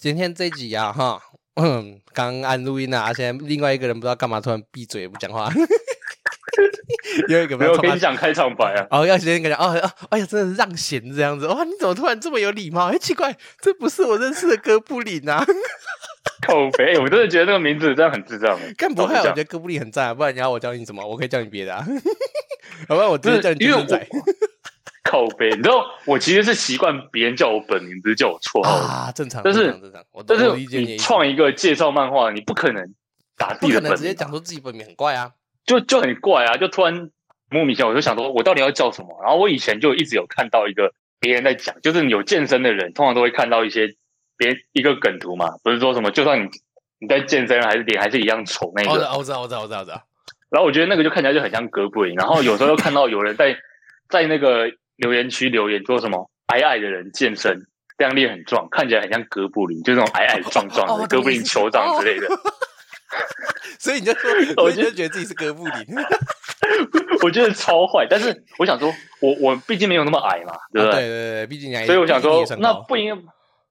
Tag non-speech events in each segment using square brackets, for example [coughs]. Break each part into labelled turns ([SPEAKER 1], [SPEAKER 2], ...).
[SPEAKER 1] 今天这集啊，哈， [coughs] 嗯，刚按录音啊，而且另外一个人不知道干嘛突然闭嘴不讲话， [laughs] 又一个不知
[SPEAKER 2] 没
[SPEAKER 1] 道
[SPEAKER 2] 有
[SPEAKER 1] 干嘛
[SPEAKER 2] 跟你讲开场白啊， [laughs]
[SPEAKER 1] 哦，要先感觉哦哦，哎呀，真的是让贤这样子，哇，你怎么突然这么有礼貌？哎，奇怪，这不是我认识的哥布林啊！ [laughs]
[SPEAKER 2] 靠北，欸我真的觉得这个名字真的很智障欸。
[SPEAKER 1] 干不会啊，我
[SPEAKER 2] 老实
[SPEAKER 1] 觉
[SPEAKER 2] 讲
[SPEAKER 1] 得哥布林很赞啊，不然你要我教你什么？我可以教你别的啊， [laughs] 好吧，我直
[SPEAKER 2] 不
[SPEAKER 1] 接
[SPEAKER 2] 是
[SPEAKER 1] 叫你
[SPEAKER 2] 因为
[SPEAKER 1] 猪猪
[SPEAKER 2] 我
[SPEAKER 1] 仔
[SPEAKER 2] 靠北，你知道我其实是习惯别人叫我本名，不是叫我绰号。
[SPEAKER 1] 啊，正常，
[SPEAKER 2] 但是
[SPEAKER 1] 正常，正常，我
[SPEAKER 2] 但
[SPEAKER 1] 懂
[SPEAKER 2] 是
[SPEAKER 1] 我理解你的
[SPEAKER 2] 你
[SPEAKER 1] 意思
[SPEAKER 2] 创一个介绍漫画，你不可能打自
[SPEAKER 1] 不
[SPEAKER 2] 己
[SPEAKER 1] 可
[SPEAKER 2] 的
[SPEAKER 1] 能
[SPEAKER 2] 本
[SPEAKER 1] 直接
[SPEAKER 2] 名
[SPEAKER 1] 讲
[SPEAKER 2] 啊，
[SPEAKER 1] 出自己本名，很怪啊。
[SPEAKER 2] 就就很怪啊！就突然莫名其妙，我就想说，我到底要叫什么？然后我以前就一直有看到一个别人在讲，就是你有健身的人，通常都会看到一些别一个梗图嘛，不是说什么，就算你你在健身，还是脸还是一样丑那
[SPEAKER 1] 哦，
[SPEAKER 2] 个。
[SPEAKER 1] 我知道，我知道，我知道，我知 [laughs] 道。
[SPEAKER 2] 然后我觉得那个就看起来就很像哥布林，然后有时候又看到有人在 [laughs] 在那个留言区留言说什么矮矮的人健身，量力很壮，看起来很像哥布林，就那种矮矮壮壮的、
[SPEAKER 1] 哦我懂
[SPEAKER 2] 哥布
[SPEAKER 1] 意
[SPEAKER 2] 林
[SPEAKER 1] 思哦
[SPEAKER 2] 酋长之类的。
[SPEAKER 1] [laughs] 所以你就说，所
[SPEAKER 2] 我
[SPEAKER 1] 以你
[SPEAKER 2] 觉得
[SPEAKER 1] 就觉得自己是哥布林，
[SPEAKER 2] 我觉得超坏，但是我想说，我我毕竟没有那么矮嘛，对不
[SPEAKER 1] 啊
[SPEAKER 2] 对？
[SPEAKER 1] 对对对，毕竟你还
[SPEAKER 2] 所以我想
[SPEAKER 1] 毕竟你
[SPEAKER 2] 说
[SPEAKER 1] 也，算
[SPEAKER 2] 那
[SPEAKER 1] 高
[SPEAKER 2] 不应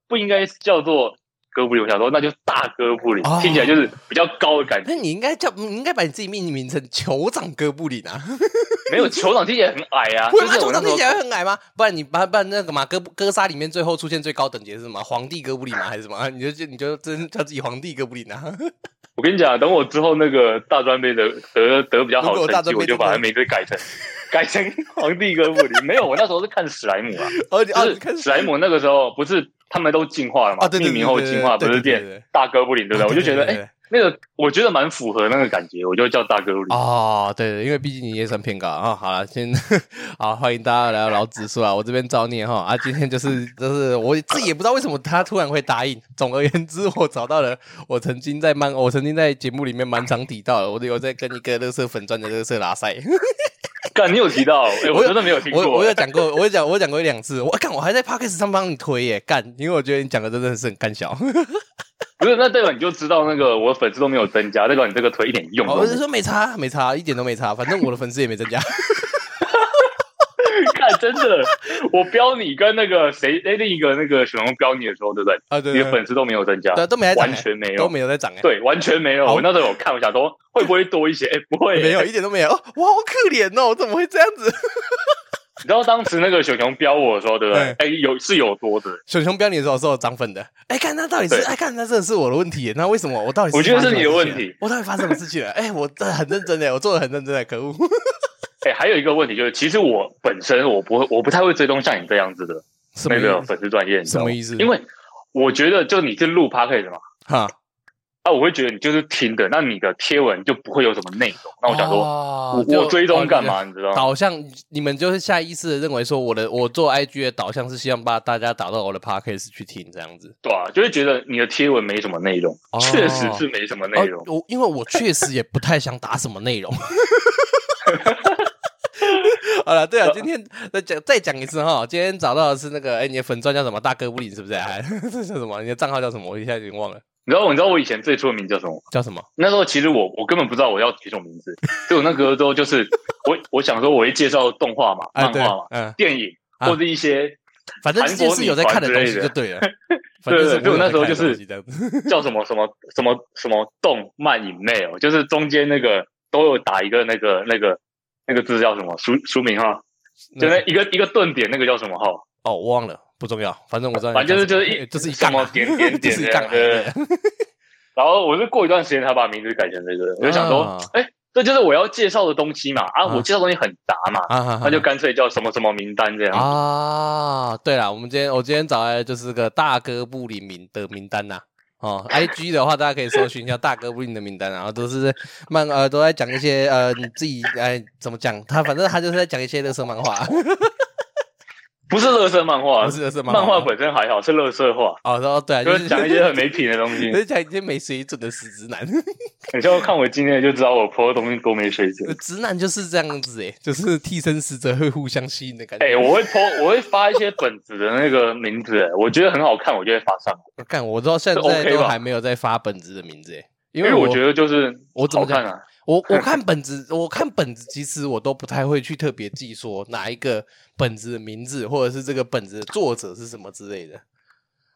[SPEAKER 2] 不应该叫做哥布林，我想说那就大哥布林，
[SPEAKER 1] 哦
[SPEAKER 2] 听起来就是比较高的感觉。
[SPEAKER 1] 那你应该叫，你应该把你自己命名成酋长哥布林啊！
[SPEAKER 2] 没有酋长听起来很矮啊，
[SPEAKER 1] 会
[SPEAKER 2] 就
[SPEAKER 1] 吗？
[SPEAKER 2] 是
[SPEAKER 1] 酋
[SPEAKER 2] 我那
[SPEAKER 1] 长听
[SPEAKER 2] 时候
[SPEAKER 1] 起来会很矮吗？不然你把不然那个嘛，哥布哥沙里面最后出现最高等级的是什么？皇帝哥布林吗？还是什么？你就就你就真叫自己皇帝哥布林啊？
[SPEAKER 2] 我跟你讲，等我之后那个大专杯的得得比较好
[SPEAKER 1] 如果
[SPEAKER 2] 的
[SPEAKER 1] 大
[SPEAKER 2] 成
[SPEAKER 1] 专
[SPEAKER 2] 绩，
[SPEAKER 1] 杯
[SPEAKER 2] 我就把
[SPEAKER 1] 真
[SPEAKER 2] 他
[SPEAKER 1] 的
[SPEAKER 2] 名字改成改成皇帝哥布林。没有，我那时候是看史
[SPEAKER 1] [laughs]
[SPEAKER 2] 莱姆啊，
[SPEAKER 1] 哦你
[SPEAKER 2] 就
[SPEAKER 1] 哦，
[SPEAKER 2] 是
[SPEAKER 1] 你看
[SPEAKER 2] 史莱姆那个时候不是他们都进化了嘛
[SPEAKER 1] 啊，，对对对
[SPEAKER 2] 命名后
[SPEAKER 1] 对
[SPEAKER 2] 进化不
[SPEAKER 1] 对
[SPEAKER 2] 是
[SPEAKER 1] 对对
[SPEAKER 2] 变
[SPEAKER 1] 对
[SPEAKER 2] 大哥布林，对不对？我就觉得
[SPEAKER 1] 对对
[SPEAKER 2] 哎，
[SPEAKER 1] 对
[SPEAKER 2] 那个我觉得蛮符合那个感觉，我就叫大哥布林。
[SPEAKER 1] 哦，对对，因为毕竟你也算偏高啊、好了，先 [laughs] 好欢迎大家来到老指数啊，我这边造孽哈啊，今天就是就是我自己也不知道为什么他突然会答应。总而言之，我找到了我曾经在漫我曾经在节目里面蛮常提到的，我有在跟一个乐色粉钻的乐色拉塞。
[SPEAKER 2] 干，你有提到？哎，
[SPEAKER 1] 我
[SPEAKER 2] 我
[SPEAKER 1] 有
[SPEAKER 2] 真的没有听
[SPEAKER 1] 我
[SPEAKER 2] 过
[SPEAKER 1] 我。有讲过，我有讲，我有讲过一两次。我干，我还在 podcast 上帮你推耶，干，因为我觉得你讲的真的是很干小。
[SPEAKER 2] 不是，那代表你就知道那个我粉丝都没有增加，代表你这个推一点用都
[SPEAKER 1] 啊我
[SPEAKER 2] 没
[SPEAKER 1] 是
[SPEAKER 2] [laughs] 有。
[SPEAKER 1] 说没差，没差，一点都没差，反正我的粉丝也没增加。
[SPEAKER 2] 看，真的，我标你跟那个谁，哎，另一个那个雪龙标你的时候，对不对？
[SPEAKER 1] 啊，对
[SPEAKER 2] 你
[SPEAKER 1] 对对，
[SPEAKER 2] 的粉丝都没有增加，
[SPEAKER 1] 对都没在涨
[SPEAKER 2] 完全没
[SPEAKER 1] 欸，
[SPEAKER 2] 有，
[SPEAKER 1] 都没有在涨哎，
[SPEAKER 2] 对，完全没有。
[SPEAKER 1] 好
[SPEAKER 2] 我那时候有看，我想说会不会多一些？哎、不
[SPEAKER 1] [laughs]
[SPEAKER 2] 会、
[SPEAKER 1] 没有。一点都没有。哦我好可怜哦，怎么会这样 [laughs] 子？
[SPEAKER 2] 你知道当时那个熊熊标我的时候，对不对？哎、有是有多的，
[SPEAKER 1] 熊熊标你的时候是我涨粉的， [laughs] 哎，看那到底是，
[SPEAKER 2] 对
[SPEAKER 1] 哎，看那真的是我的问题耶，那为什么我到底？
[SPEAKER 2] 我觉得是你的问题，
[SPEAKER 1] 我到底发生什么事情了？ [laughs] 哎，我真的很认真的，我做的很认真的，可恶。
[SPEAKER 2] 哎、还有一个问题就是，其实我本身我不会，我不太会追踪像你这样子的
[SPEAKER 1] [laughs] 什么意
[SPEAKER 2] 那个
[SPEAKER 1] 思？
[SPEAKER 2] 粉丝专业，你知道
[SPEAKER 1] 什
[SPEAKER 2] 吗
[SPEAKER 1] 么意思
[SPEAKER 2] 因为我觉得就你是录 p o d c a s t 嘛，
[SPEAKER 1] 哈，
[SPEAKER 2] 啊，我会觉得你就是听的，那你的贴文就不会有什么内容。那我想说，
[SPEAKER 1] 说
[SPEAKER 2] 我我追踪干嘛？嗯你知道吗？
[SPEAKER 1] 导向，哦你们就是下意识的认为说，我的我做 IG 的导向是希望把大家导到我的 podcast 去听这样子。
[SPEAKER 2] 对啊，就会觉得你的贴文没什么内容，
[SPEAKER 1] 哦
[SPEAKER 2] 确实是没什么内容
[SPEAKER 1] 哦。我因为我确实也不太想打什么内容。好了，对啊，今天再讲再讲一次哈，今天找到的是那个，哎、你的粉钻叫什么？大哥布林是不是？哎，这叫什么？你的账号叫什么？我一下已经忘了，
[SPEAKER 2] 你知道我，你知道我以前最初的名字叫什么吗？
[SPEAKER 1] 叫什么？
[SPEAKER 2] 那时候其实我我根本不知道我要取什么名字，所以我那个时候就是我我想说我会介绍动画嘛、
[SPEAKER 1] 哎，
[SPEAKER 2] 漫
[SPEAKER 1] 对
[SPEAKER 2] 画嘛、，
[SPEAKER 1] 嗯，
[SPEAKER 2] 电影
[SPEAKER 1] 啊
[SPEAKER 2] 或者一些
[SPEAKER 1] 反正就是有在看的东西就对了。反正是
[SPEAKER 2] 对对
[SPEAKER 1] 有在
[SPEAKER 2] 那时候
[SPEAKER 1] 看的
[SPEAKER 2] 就是
[SPEAKER 1] 东西这样子
[SPEAKER 2] 叫什么什么什么什么动漫影妹哦，就是中间那个都有打一个那个那个那个字叫什么书书名哈，就那一个一个顿点那个叫什么哈？
[SPEAKER 1] 哦，我忘了，不重要，反正我知道你在
[SPEAKER 2] 反
[SPEAKER 1] 讲
[SPEAKER 2] 正
[SPEAKER 1] 什么。
[SPEAKER 2] 就是就是一
[SPEAKER 1] 就是一
[SPEAKER 2] 什
[SPEAKER 1] 杠
[SPEAKER 2] 么
[SPEAKER 1] 啊，
[SPEAKER 2] 点点
[SPEAKER 1] 就
[SPEAKER 2] 点
[SPEAKER 1] 是一
[SPEAKER 2] 这
[SPEAKER 1] 杠啊。
[SPEAKER 2] 样对
[SPEAKER 1] 对
[SPEAKER 2] 对然后我是过一段时间才把名字改成这个，我就想
[SPEAKER 1] 啊
[SPEAKER 2] 说，哎，这就是我要介绍的东西嘛，啊，
[SPEAKER 1] 啊
[SPEAKER 2] 我介绍东西很杂嘛，
[SPEAKER 1] 啊，
[SPEAKER 2] 那就干脆叫什么什么名单这样。
[SPEAKER 1] 啊，对了，我们今天我今天找来的就是个大哥布林名的名单呐、哦，I G 的话，大家可以搜寻一下大哥布林的名单啊，然后都是漫呃都在讲一些呃你自己哎怎么讲，他反正他就是在讲一些乐色漫画，
[SPEAKER 2] 哦不是乐色漫画
[SPEAKER 1] 不，是乐色
[SPEAKER 2] 漫
[SPEAKER 1] 画啊
[SPEAKER 2] 画本身还好，是乐色画，
[SPEAKER 1] 哦，然后对啊，
[SPEAKER 2] [laughs] 就
[SPEAKER 1] 就是是
[SPEAKER 2] 讲一些很没品的东西
[SPEAKER 1] [laughs] 就。是讲一些没水准的死直男， [laughs]
[SPEAKER 2] 你就看我今天就知道我泼的东西多没水
[SPEAKER 1] [laughs]
[SPEAKER 2] 准。
[SPEAKER 1] 直男就是这样子诶，欸就是替身使者会互相吸引的感
[SPEAKER 2] 哎、
[SPEAKER 1] 觉。
[SPEAKER 2] 我会泼，我会发一些本子的那个名字，哎我觉得很好看，我就会发上，
[SPEAKER 1] 我干，我到现
[SPEAKER 2] 这 OK
[SPEAKER 1] 在都
[SPEAKER 2] 吧
[SPEAKER 1] 还没有在发本子的名字诶，因
[SPEAKER 2] 因为我
[SPEAKER 1] 我
[SPEAKER 2] 觉得就是
[SPEAKER 1] 我怎么
[SPEAKER 2] 好
[SPEAKER 1] 讲
[SPEAKER 2] 看啊。
[SPEAKER 1] 我
[SPEAKER 2] [laughs]
[SPEAKER 1] 我看本子，我看本子，其实我都不太会去特别记说哪一个本子的名字，或者是这个本子的作者是什么之类的。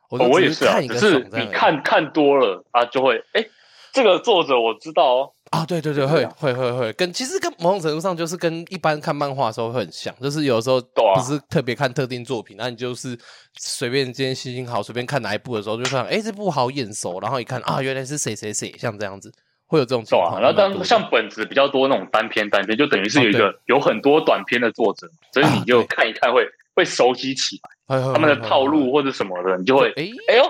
[SPEAKER 1] 我
[SPEAKER 2] 哦
[SPEAKER 1] 说
[SPEAKER 2] 我
[SPEAKER 1] 只
[SPEAKER 2] 也
[SPEAKER 1] 是
[SPEAKER 2] 啊，
[SPEAKER 1] 看一
[SPEAKER 2] 只
[SPEAKER 1] 个
[SPEAKER 2] 是
[SPEAKER 1] 爽这样
[SPEAKER 2] 你
[SPEAKER 1] 而已
[SPEAKER 2] 看看多了啊，就会哎，这个作者我知道哦，
[SPEAKER 1] 啊，对对对，会会会会，跟其实跟某种程度上就是跟一般看漫画的时候会很像，就是有时候
[SPEAKER 2] 对啊
[SPEAKER 1] 不是特别看特定作品，那、你就是随便今天心情好，随便看哪一部的时候就看，哎，这部好眼熟，然后一看啊，原来是谁谁谁，像这样子会有这种情
[SPEAKER 2] 对啊
[SPEAKER 1] 况。。
[SPEAKER 2] 然
[SPEAKER 1] 蛮
[SPEAKER 2] 后
[SPEAKER 1] 多
[SPEAKER 2] 但
[SPEAKER 1] 的
[SPEAKER 2] 像本子比较多那种单篇单篇，就等于是有一
[SPEAKER 1] 哦
[SPEAKER 2] 个有很多短篇的作者，所以你
[SPEAKER 1] 啊
[SPEAKER 2] 就
[SPEAKER 1] 对嗯
[SPEAKER 2] 看一看会会熟悉起来
[SPEAKER 1] 他
[SPEAKER 2] 他们的套路，或者什么的，你就会
[SPEAKER 1] 哎，
[SPEAKER 2] 哎呦，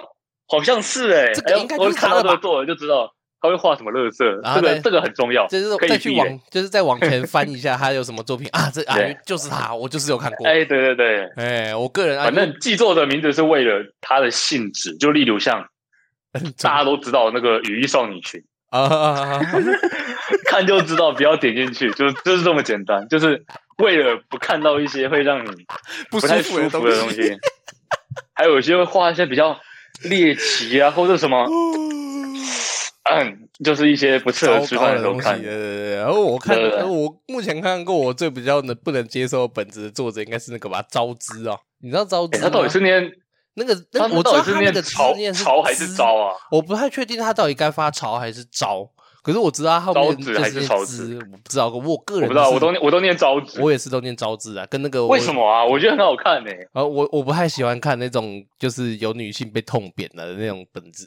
[SPEAKER 2] 好像是哎、
[SPEAKER 1] 这个
[SPEAKER 2] 哎呦
[SPEAKER 1] 应该，就
[SPEAKER 2] 我
[SPEAKER 1] 是
[SPEAKER 2] 看
[SPEAKER 1] 他的
[SPEAKER 2] 到这
[SPEAKER 1] 吧
[SPEAKER 2] 个作者就知道他会画什么乐色，
[SPEAKER 1] 然后
[SPEAKER 2] 这
[SPEAKER 1] 再
[SPEAKER 2] 个这个很重要，
[SPEAKER 1] 就是
[SPEAKER 2] 可以
[SPEAKER 1] 再去
[SPEAKER 2] 避
[SPEAKER 1] 往
[SPEAKER 2] 免。
[SPEAKER 1] 就是再往
[SPEAKER 2] [laughs]
[SPEAKER 1] 前翻一下，他有什么作品啊？这啊
[SPEAKER 2] 对
[SPEAKER 1] 就是他，我就是有看过。
[SPEAKER 2] 哎，对对对，
[SPEAKER 1] 哎，我个人啊，
[SPEAKER 2] 反正记作者名字是哎为了他的性质，就例如像
[SPEAKER 1] [laughs]
[SPEAKER 2] 大家都知道那个《羽翼少女群》，
[SPEAKER 1] 啊啊啊
[SPEAKER 2] [laughs]
[SPEAKER 1] 啊啊
[SPEAKER 2] 看就知道，不要点进去，就是就是这么简单，就是为了不看到一些会让你
[SPEAKER 1] 不舒
[SPEAKER 2] 太
[SPEAKER 1] 服
[SPEAKER 2] 舒
[SPEAKER 1] 的
[SPEAKER 2] 服的
[SPEAKER 1] 东
[SPEAKER 2] 东西， [laughs] 还有一些会画一些比较猎奇啊，或者什
[SPEAKER 1] [laughs]
[SPEAKER 2] 么，嗯，就是一些不适合吃
[SPEAKER 1] 糟糕
[SPEAKER 2] 饭
[SPEAKER 1] 的
[SPEAKER 2] 时候
[SPEAKER 1] 东西，
[SPEAKER 2] 看
[SPEAKER 1] 对。对对。然后我看，
[SPEAKER 2] 对对对
[SPEAKER 1] 我目前看过我最比较能不能接受的本子的作者应该是那个吧，招之哦，你知道招之
[SPEAKER 2] 哎
[SPEAKER 1] 吗？
[SPEAKER 2] 他到底是念
[SPEAKER 1] 那个，那
[SPEAKER 2] 他
[SPEAKER 1] 个我知
[SPEAKER 2] 到
[SPEAKER 1] 道
[SPEAKER 2] 底是
[SPEAKER 1] 他那
[SPEAKER 2] 念
[SPEAKER 1] 个
[SPEAKER 2] 潮
[SPEAKER 1] 字念
[SPEAKER 2] 潮还是
[SPEAKER 1] 之
[SPEAKER 2] 招啊？
[SPEAKER 1] 我不太确定他到底该发潮还是招，可是我知道他后面
[SPEAKER 2] 招
[SPEAKER 1] 就
[SPEAKER 2] 子还是
[SPEAKER 1] 念
[SPEAKER 2] 潮
[SPEAKER 1] 之，我不知道，我个
[SPEAKER 2] 我
[SPEAKER 1] 人
[SPEAKER 2] 不知道，
[SPEAKER 1] 就是
[SPEAKER 2] 我都念我都念招子，
[SPEAKER 1] 我也是都念招之啊，跟那个
[SPEAKER 2] 为什
[SPEAKER 1] 么？
[SPEAKER 2] 么啊？我觉得很好看呢。
[SPEAKER 1] 呃，我我不太喜欢看那种就是有女性被痛扁的那种本子，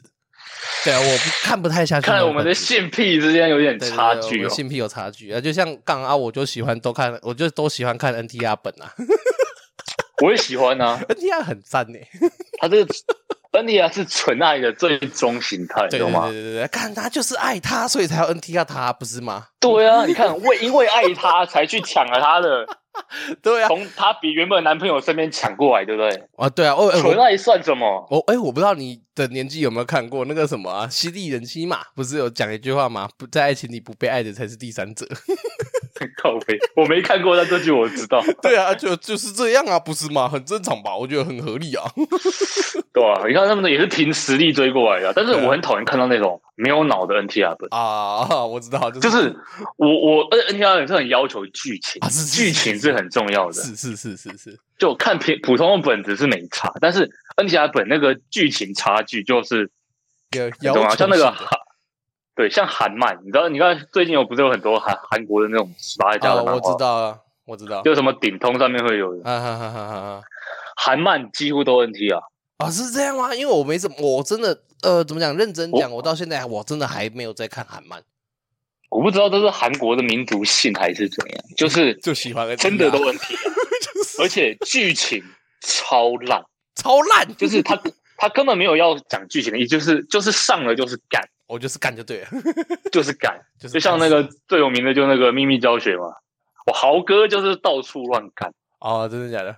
[SPEAKER 1] 对啊，我不看不太下去
[SPEAKER 2] 看
[SPEAKER 1] 那
[SPEAKER 2] 来
[SPEAKER 1] 种本子。
[SPEAKER 2] 我们的性癖之间有点
[SPEAKER 1] 对对对
[SPEAKER 2] 差
[SPEAKER 1] 我
[SPEAKER 2] 距
[SPEAKER 1] 们
[SPEAKER 2] 哦。
[SPEAKER 1] 性癖有差距啊，就像杠啊，我就喜欢都看，我就都喜欢看 NTR 本啊 [laughs]
[SPEAKER 2] 我也喜欢啊，
[SPEAKER 1] ，NTR 很赞呢。
[SPEAKER 2] 他这个恩利亚是纯爱的最终形态，你
[SPEAKER 1] 对对
[SPEAKER 2] 懂
[SPEAKER 1] 对
[SPEAKER 2] 吗
[SPEAKER 1] 对？对对，看他就是爱他，所以才要 NTR 他，不是吗？ [laughs]
[SPEAKER 2] 对啊，你看为因为爱他才去抢了他的，
[SPEAKER 1] 对啊，
[SPEAKER 2] 从他比原本男朋友身边抢过来，对不对？
[SPEAKER 1] 啊对啊，哦哎
[SPEAKER 2] 纯
[SPEAKER 1] 我
[SPEAKER 2] 爱算什么？ [laughs]
[SPEAKER 1] 我哎我不知道你的年纪有没有看过那个什么啊，《犀利人妻》嘛，不是有讲一句话吗？不在爱情里不被爱的才是第三者。 [laughs]
[SPEAKER 2] 靠背，我没看过，但这句我知道，
[SPEAKER 1] 对啊，就就是这样啊，不是吗？很正常吧？我觉得很合理啊。
[SPEAKER 2] 对啊，你看他们也是凭实力追过来的，但是
[SPEAKER 1] 对啊
[SPEAKER 2] 我很讨厌看到那种没有脑的 NTR 本。
[SPEAKER 1] 啊，我知道，就
[SPEAKER 2] 就是是我我而且 NTR 本是很要求剧情
[SPEAKER 1] 啊是是，
[SPEAKER 2] 剧情是很重要的。
[SPEAKER 1] 是是是是是，
[SPEAKER 2] 就看平普通的本子是没差，但是 NTR 本那个剧情差距就是
[SPEAKER 1] 有
[SPEAKER 2] 很重
[SPEAKER 1] 要
[SPEAKER 2] 要，
[SPEAKER 1] 求
[SPEAKER 2] 像那
[SPEAKER 1] 性的
[SPEAKER 2] 个韩，对，像韩漫，你知道，你看最近有不是有很多韩韩国的那种十八家
[SPEAKER 1] 啊，
[SPEAKER 2] 的漫
[SPEAKER 1] 我知
[SPEAKER 2] 画，
[SPEAKER 1] 道啊，我知道。
[SPEAKER 2] 就什么顶通上面会有的，
[SPEAKER 1] 啊哈哈哈哈哈！
[SPEAKER 2] 韩漫几乎都 NTR，
[SPEAKER 1] 啊，是这样吗？因为我没怎么，我真的呃，怎么讲？认真讲，我到现在我真的还没有在看韩漫，
[SPEAKER 2] 我不知道这是韩国的民族性还是怎样，就是
[SPEAKER 1] 就啊喜欢 NTR
[SPEAKER 2] 真的都 NTR，
[SPEAKER 1] [laughs] 就是
[SPEAKER 2] 而且剧情超烂，
[SPEAKER 1] 超烂，
[SPEAKER 2] [laughs] 就是他他根本没有要讲剧情的意思，就是就是上了就是干
[SPEAKER 1] 我就是干就对了，
[SPEAKER 2] 就是干，
[SPEAKER 1] [laughs] 就是
[SPEAKER 2] 就像那个最有名的，就那个秘密教学嘛。我豪哥就是到处乱干，
[SPEAKER 1] 哦，真的假的？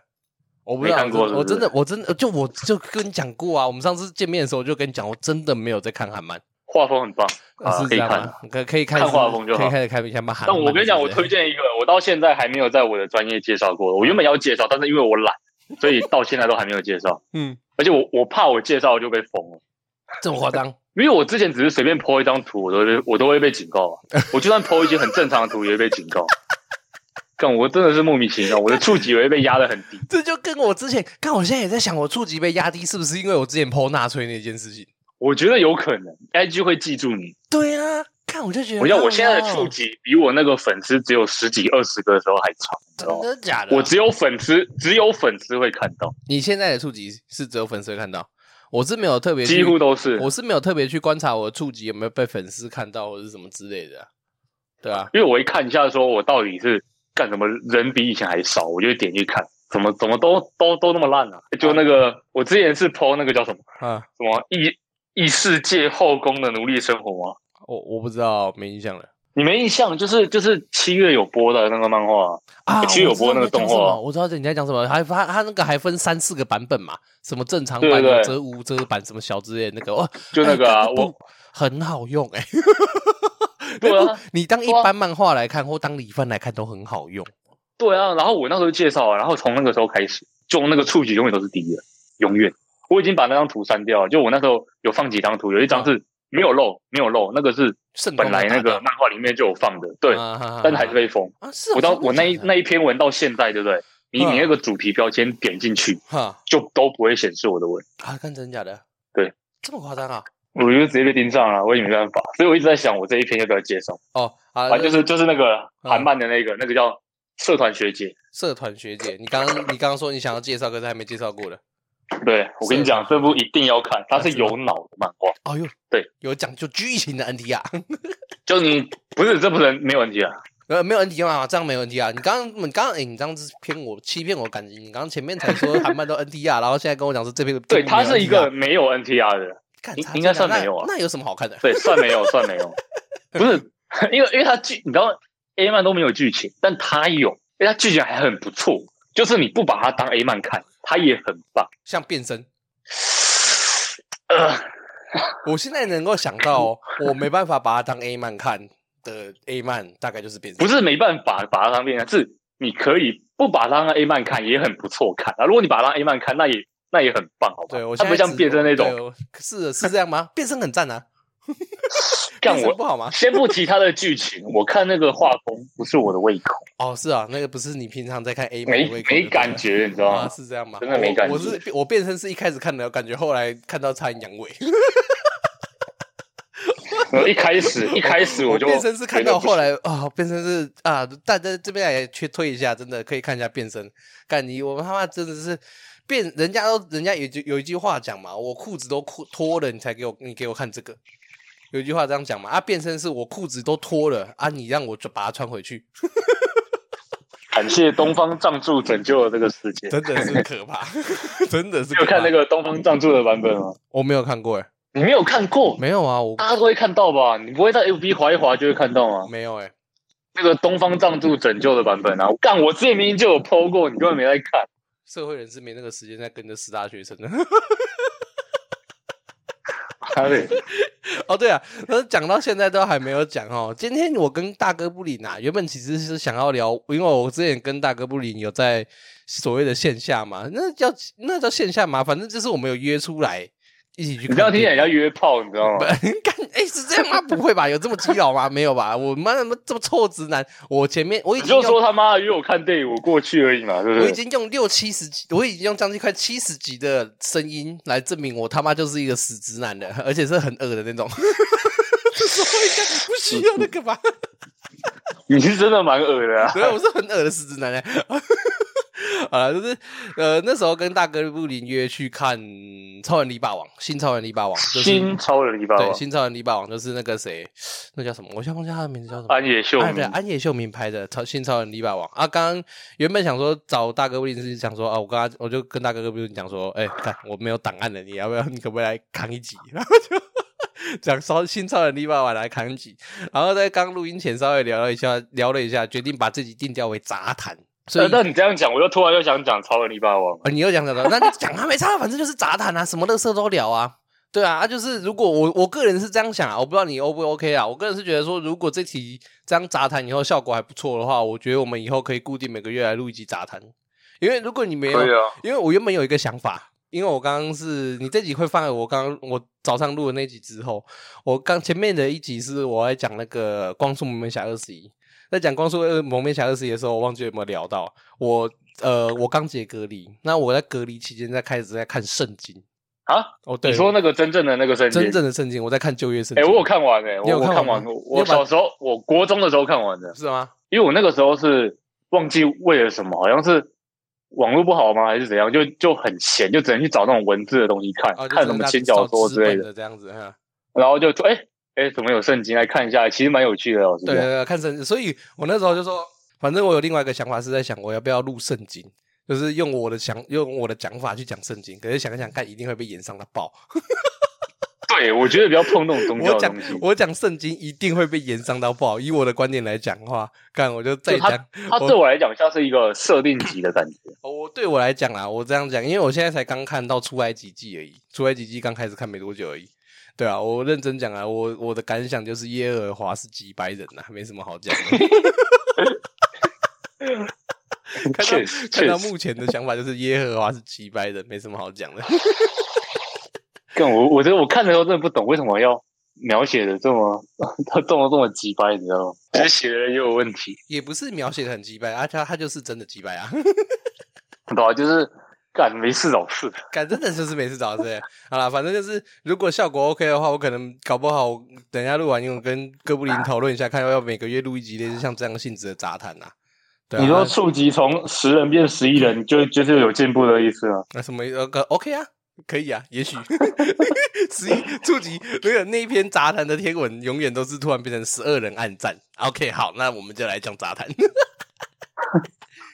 [SPEAKER 1] 我不知道，
[SPEAKER 2] 没看过
[SPEAKER 1] 我真的
[SPEAKER 2] 是不是
[SPEAKER 1] 我真的我真的就我就跟你讲过啊，我们上次见面的时候就跟你讲，我真的没有在看韩漫，
[SPEAKER 2] 画风很棒啊，
[SPEAKER 1] 是
[SPEAKER 2] 可
[SPEAKER 1] 这
[SPEAKER 2] 以
[SPEAKER 1] 样
[SPEAKER 2] 看。
[SPEAKER 1] 吗？可可以开始
[SPEAKER 2] 看画风就好
[SPEAKER 1] 可以开始看一下漫韩漫
[SPEAKER 2] 但
[SPEAKER 1] 了。
[SPEAKER 2] 我跟你讲，我
[SPEAKER 1] 是不是
[SPEAKER 2] 推荐一个，我到现在还没有在我的专业介绍过。我原本要介绍，但是因为我懒，所以到现在都还没有介绍。 [laughs]
[SPEAKER 1] 嗯，
[SPEAKER 2] 而且我我怕我介绍就被封了，
[SPEAKER 1] [laughs] 这么夸张，
[SPEAKER 2] 因为我之前只是随便 po 一张图，我都会我都会被警告啊。我就算 po 一些很正常的图，也会被警告。但我真的是莫名其妙，我的触及也会被压得很低。
[SPEAKER 1] [laughs] 这就跟我之前看，我现在也在想，我触及被压低是不是因为我之前剖纳粹那件事情？
[SPEAKER 2] 我觉得有可能，IG 会记住你。
[SPEAKER 1] 对啊，看我就觉得，哦
[SPEAKER 2] 我觉得哦我现在的触
[SPEAKER 1] 触及。
[SPEAKER 2] 及比我那个粉丝只有十几二十个的时候还长，你知道
[SPEAKER 1] 真
[SPEAKER 2] 吗？
[SPEAKER 1] 的假的啊？
[SPEAKER 2] 我只有粉丝，只有粉丝会看到，
[SPEAKER 1] 你现在的触及是只有粉丝会看到，我是没有特别去
[SPEAKER 2] 几乎都是，
[SPEAKER 1] 我是没有特别去观察我的触及有没有被粉丝看到或者是什么之类的啊、对啊，
[SPEAKER 2] 因为我一看一下，说我到底是干什么，人比以前还少，我就点去看，怎么怎么都都都那么烂啊！就那个，我之前是 PO 那个叫什么
[SPEAKER 1] 啊，
[SPEAKER 2] 什么异异世界后宫的奴隶生活吗？
[SPEAKER 1] 我我不知道，没印象了
[SPEAKER 2] 你没印象？就是就是七月有播的那个漫画啊，
[SPEAKER 1] 啊。
[SPEAKER 2] 其实有
[SPEAKER 1] 我知道
[SPEAKER 2] 播那个
[SPEAKER 1] 你在讲
[SPEAKER 2] 动画
[SPEAKER 1] 什么我知道你在讲什么，还他他那个还分三四个版本嘛，什么正常版、
[SPEAKER 2] 对对对
[SPEAKER 1] 有遮无遮版、什么小之类的那个，哦，
[SPEAKER 2] 就那个啊，
[SPEAKER 1] 哎
[SPEAKER 2] 我
[SPEAKER 1] 部很好用哎、
[SPEAKER 2] 对
[SPEAKER 1] [laughs] 那部
[SPEAKER 2] 啊
[SPEAKER 1] 你当一
[SPEAKER 2] 对啊
[SPEAKER 1] 般漫画来看或当理番来看都很好用。
[SPEAKER 2] 对啊，然后我那时候介绍啊，然后从那个时候开始，就那个触及永远都是第一的，永远。我已经把那张图删掉了，就我那时候有放几张图，有一张是没有漏，没有漏，那个是
[SPEAKER 1] 圣光
[SPEAKER 2] 本来那
[SPEAKER 1] 的
[SPEAKER 2] 个
[SPEAKER 1] 打
[SPEAKER 2] 漫画里面就有放的，对，
[SPEAKER 1] 啊哈哈
[SPEAKER 2] 但是还是被封。
[SPEAKER 1] 啊，是啊
[SPEAKER 2] 我到
[SPEAKER 1] 真的
[SPEAKER 2] 我那一
[SPEAKER 1] 假的
[SPEAKER 2] 那一篇文到现在，对不对？你
[SPEAKER 1] 嗯
[SPEAKER 2] 你那个主题标签点进去，
[SPEAKER 1] 哈
[SPEAKER 2] 就都不会显示我的文，
[SPEAKER 1] 啊，看真假的
[SPEAKER 2] 对，
[SPEAKER 1] 这么夸张啊？
[SPEAKER 2] 我就直接被盯上了，我也没办法，所以我一直在想，我这一篇要不要接上？
[SPEAKER 1] 哦，啊，
[SPEAKER 2] 反正就是就是那个
[SPEAKER 1] 嗯
[SPEAKER 2] 韩漫的那个，那个叫社团学姐。
[SPEAKER 1] 社团学姐，你刚刚你刚刚说你想要介绍，可是还没介绍过的。
[SPEAKER 2] 对我跟你讲，
[SPEAKER 1] 社
[SPEAKER 2] 这
[SPEAKER 1] 团
[SPEAKER 2] 部一定要看，它是
[SPEAKER 1] 知道
[SPEAKER 2] 有脑的漫画，
[SPEAKER 1] 哦哟，
[SPEAKER 2] 对，
[SPEAKER 1] 有讲究剧情的啊 NTR，
[SPEAKER 2] 就你不是这不能没有问题
[SPEAKER 1] [laughs]
[SPEAKER 2] 啊。
[SPEAKER 1] 呃，没有 NTR 啊，这样没有 NTR。你刚刚你刚刚哎，你这样子骗我，欺骗我感情。你刚刚前面才说韩漫都 NTR，然后现在跟我讲说这篇
[SPEAKER 2] 对，
[SPEAKER 1] 它
[SPEAKER 2] 它是一个，没有 NTR 的，
[SPEAKER 1] 啊干
[SPEAKER 2] 应
[SPEAKER 1] 差劲
[SPEAKER 2] 应该算
[SPEAKER 1] 那
[SPEAKER 2] 没有啊
[SPEAKER 1] 那有什么好看的？
[SPEAKER 2] 对，算
[SPEAKER 1] [laughs]
[SPEAKER 2] 没有，算没有，不是因为因为它剧，你知道 A 漫都没有剧情，但它有，因为它剧情还很不错，就是你不把它当 A 漫看，它也很棒。
[SPEAKER 1] 像变身，
[SPEAKER 2] 呃，
[SPEAKER 1] 我现在能够想到哦，我没办法把它当 A 漫看的 A 漫，大概就是变身。
[SPEAKER 2] 不是没办法把它当变成，是你可以不把它当 A 漫看也很不错看啊。如果你把它当 A 漫看，那也那也很棒，好吧？
[SPEAKER 1] 对我
[SPEAKER 2] 它
[SPEAKER 1] 现
[SPEAKER 2] 不
[SPEAKER 1] 在
[SPEAKER 2] 会像
[SPEAKER 1] 只
[SPEAKER 2] 变身那种
[SPEAKER 1] 对我是是这样吗？变身很赞啊，
[SPEAKER 2] 干
[SPEAKER 1] 变身
[SPEAKER 2] 我。
[SPEAKER 1] 不好吗？
[SPEAKER 2] [laughs] 先不提它的剧情，我看那个画风不是我的胃口，
[SPEAKER 1] 哦，是啊，那个不是你平常在看 A 漫
[SPEAKER 2] 没
[SPEAKER 1] 的胃口
[SPEAKER 2] 没
[SPEAKER 1] 就对
[SPEAKER 2] 感
[SPEAKER 1] 了
[SPEAKER 2] 觉，你知道
[SPEAKER 1] 啊，
[SPEAKER 2] 吗？
[SPEAKER 1] 是这样吗？
[SPEAKER 2] 真的没感觉
[SPEAKER 1] 我。我是我变身是一开始看的，感觉后来看到差点阳痿。
[SPEAKER 2] 我一开始一开始
[SPEAKER 1] 我
[SPEAKER 2] 就
[SPEAKER 1] 变身是看
[SPEAKER 2] 觉得
[SPEAKER 1] 到
[SPEAKER 2] 不行
[SPEAKER 1] 后来啊、变身是啊，大家这边也去推一下，真的可以看一下变身。干你，我们他妈真的是变，人家都人家有句有一句话讲嘛，我裤子都裤脱了，你才给我你给我看这个。有一句话这样讲嘛，啊，变身是我裤子都脱了啊，你让我就把它穿回去，
[SPEAKER 2] 感谢东方藏柱拯救了这个世界。
[SPEAKER 1] 真的是可怕， [laughs] 真的是
[SPEAKER 2] 你
[SPEAKER 1] 可
[SPEAKER 2] 有
[SPEAKER 1] 怕。
[SPEAKER 2] 看那个东方藏柱的版本吗？
[SPEAKER 1] 我没有看过哎，
[SPEAKER 2] 你没有看过，
[SPEAKER 1] 没有啊，我
[SPEAKER 2] 大家都会看到吧？你不会在 FB 划一划就会看到吗？
[SPEAKER 1] 没有哎，
[SPEAKER 2] 那个东方藏柱拯救的版本啊，干我之前明明就有 PO 过，你根本没在看。
[SPEAKER 1] 社会人士没那个时间在跟着师大学生的。
[SPEAKER 2] 啊对，
[SPEAKER 1] [laughs] 哦，对啊，那讲到现在都还没有讲哦。今天我跟大哥布林啊，原本其实是想要聊，因为我之前跟大哥布林有在所谓的线下嘛，那叫那叫线下嘛，反正就是我们有约出来一起去
[SPEAKER 2] [laughs]
[SPEAKER 1] 看
[SPEAKER 2] 你
[SPEAKER 1] 电影。
[SPEAKER 2] 这样听起来像约炮，你知道
[SPEAKER 1] 不 [laughs]
[SPEAKER 2] 吗？
[SPEAKER 1] 干哎、是这样吗？不会吧？有这么基佬吗？没有吧？我妈他妈这么臭直男！我前面我已
[SPEAKER 2] 你
[SPEAKER 1] 经
[SPEAKER 2] 就
[SPEAKER 1] 用
[SPEAKER 2] 说他妈的约我看电影，我过去而已嘛，对
[SPEAKER 1] 我
[SPEAKER 2] 不
[SPEAKER 1] 已
[SPEAKER 2] 对？
[SPEAKER 1] 经用六七十集，我已经用将近快七十集的声音来证明我他妈就是一个死直男的，而且是很恶的那 [laughs] 种。这时候应该不需要那个吧？
[SPEAKER 2] 你是真的蛮恶的啊！
[SPEAKER 1] 对啊，我是很恶的死直男 [laughs] 欸好了，就是呃，那时候跟大哥布林约去看《超人力霸王》，新《超人力霸王》就是
[SPEAKER 2] 新超人一般
[SPEAKER 1] 对新《超人力霸王》就是那个谁，那叫什么？我现在忘记他的名字叫什么。
[SPEAKER 2] 安野秀
[SPEAKER 1] 啊，
[SPEAKER 2] 明
[SPEAKER 1] 对，，安野秀明拍的《超新超人力霸王》啊，刚刚原本想说找大哥布林是想说啊，我刚刚我就跟大哥布林讲说，哎、看我没有档案了，你要不要，你可不可以来扛一集？ [laughs] 然后就讲超新超人力霸王来扛一集，然后在刚录音前稍微聊了一下，聊了一下，决定把自己定调为杂谈，所
[SPEAKER 2] 呃
[SPEAKER 1] 以。
[SPEAKER 2] 那你这样讲，我又突然又想讲超人一霸王。
[SPEAKER 1] 啊，你又讲讲到，那就讲他没差，反正就是杂谈啊，什么乐色都聊啊。对啊，啊就是如果我我个人是这样想啊，我不知道你 O 不 OK 啊，我个人是觉得说，如果这题这样杂谈以后效果还不错的话，我觉得我们以后可以固定每个月来录一集杂谈，因为如果你没有，
[SPEAKER 2] 可以啊，
[SPEAKER 1] 因为我原本有一个想法，因为我刚刚是你这集会放在我刚刚我早上录的那集之后，我刚前面的一集是我在讲那个《光速蒙面侠二十一》，在讲《光速呃蒙面侠二十一》的时候，我忘记有没有聊到我呃我刚解隔离，那我在隔离期间在开始在看圣经
[SPEAKER 2] 啊，
[SPEAKER 1] 哦，对，
[SPEAKER 2] 你说那个真正的那个圣经
[SPEAKER 1] 真正的圣经，我在看旧约圣
[SPEAKER 2] 哎、
[SPEAKER 1] 经，
[SPEAKER 2] 我有看完哎、
[SPEAKER 1] 你有
[SPEAKER 2] 我我
[SPEAKER 1] 看
[SPEAKER 2] 看
[SPEAKER 1] 完
[SPEAKER 2] 完，
[SPEAKER 1] 吗
[SPEAKER 2] 我
[SPEAKER 1] 你有
[SPEAKER 2] 我
[SPEAKER 1] 把
[SPEAKER 2] 小时候，我国中的时候看完的，
[SPEAKER 1] 是吗？
[SPEAKER 2] 因为我那个时候是忘记为了什么，好像是网络不好吗，还是怎样，就就很闲，就只能去找那种文字的东西看，
[SPEAKER 1] 哦，就
[SPEAKER 2] 看
[SPEAKER 1] 是
[SPEAKER 2] 什么
[SPEAKER 1] 那
[SPEAKER 2] 轻
[SPEAKER 1] 找
[SPEAKER 2] 小说
[SPEAKER 1] 纸
[SPEAKER 2] 之类
[SPEAKER 1] 本
[SPEAKER 2] 的，
[SPEAKER 1] 的这样子哈。
[SPEAKER 2] 然后就哎哎、诶怎么有圣经来看一下，其实蛮有趣的，老师。
[SPEAKER 1] 对啊对，对，看圣经。所以我那时候就说，反正我有另外一个想法是在想，我要不要录圣经，就是用我的想用我的讲法去讲圣经。可是想一想看，一定会被延上到爆。
[SPEAKER 2] 对我觉得不要碰那种宗教
[SPEAKER 1] 我
[SPEAKER 2] 的
[SPEAKER 1] 讲
[SPEAKER 2] 东西。
[SPEAKER 1] 我讲圣经一定会被延上到爆。以我的观点来讲的话，看我就再
[SPEAKER 2] 就
[SPEAKER 1] 讲。
[SPEAKER 2] 它对我来讲像是一个设定集的感觉，
[SPEAKER 1] 哦我对我来讲啦，我这样讲，因为我现在才刚看到出来几季而已，出来几季刚开始看没多久而已。对啊，我认真讲啊，我我的感想就是耶和华是几百人呐、没什么好讲
[SPEAKER 2] [laughs]
[SPEAKER 1] 的。 [laughs] 看到
[SPEAKER 2] 确实
[SPEAKER 1] 看
[SPEAKER 2] 确
[SPEAKER 1] 到
[SPEAKER 2] 实。
[SPEAKER 1] 目前的想法就是耶和华是几百人，没什么好讲的。
[SPEAKER 2] 但我我觉得我看的时候真的不懂为什么要描写的这么 [laughs] 他这么这么鸡掰，你知道吗？其实写的人也有问题。
[SPEAKER 1] 也不是描写的很鸡掰，啊，他他就是真的鸡掰啊。
[SPEAKER 2] 对啊，就是干没事找事，
[SPEAKER 1] 感真的就是每次找这，好啦，反正就是如果效果 OK 的话，我可能搞不好等一下录完音，我跟哥布林讨论一下，看要不要每个月录一集类似像这样性质的杂谈啊。对啊，
[SPEAKER 2] 你
[SPEAKER 1] 那
[SPEAKER 2] 说触及从十人变十一人，就就是有进步的意思啊。
[SPEAKER 1] 那什么呃可 OK 啊，可以啊，也许 [laughs] 十一触及那个那一篇杂谈的贴文，永远都是突然变成十二人暗赞。OK，好，那我们就来讲杂谈。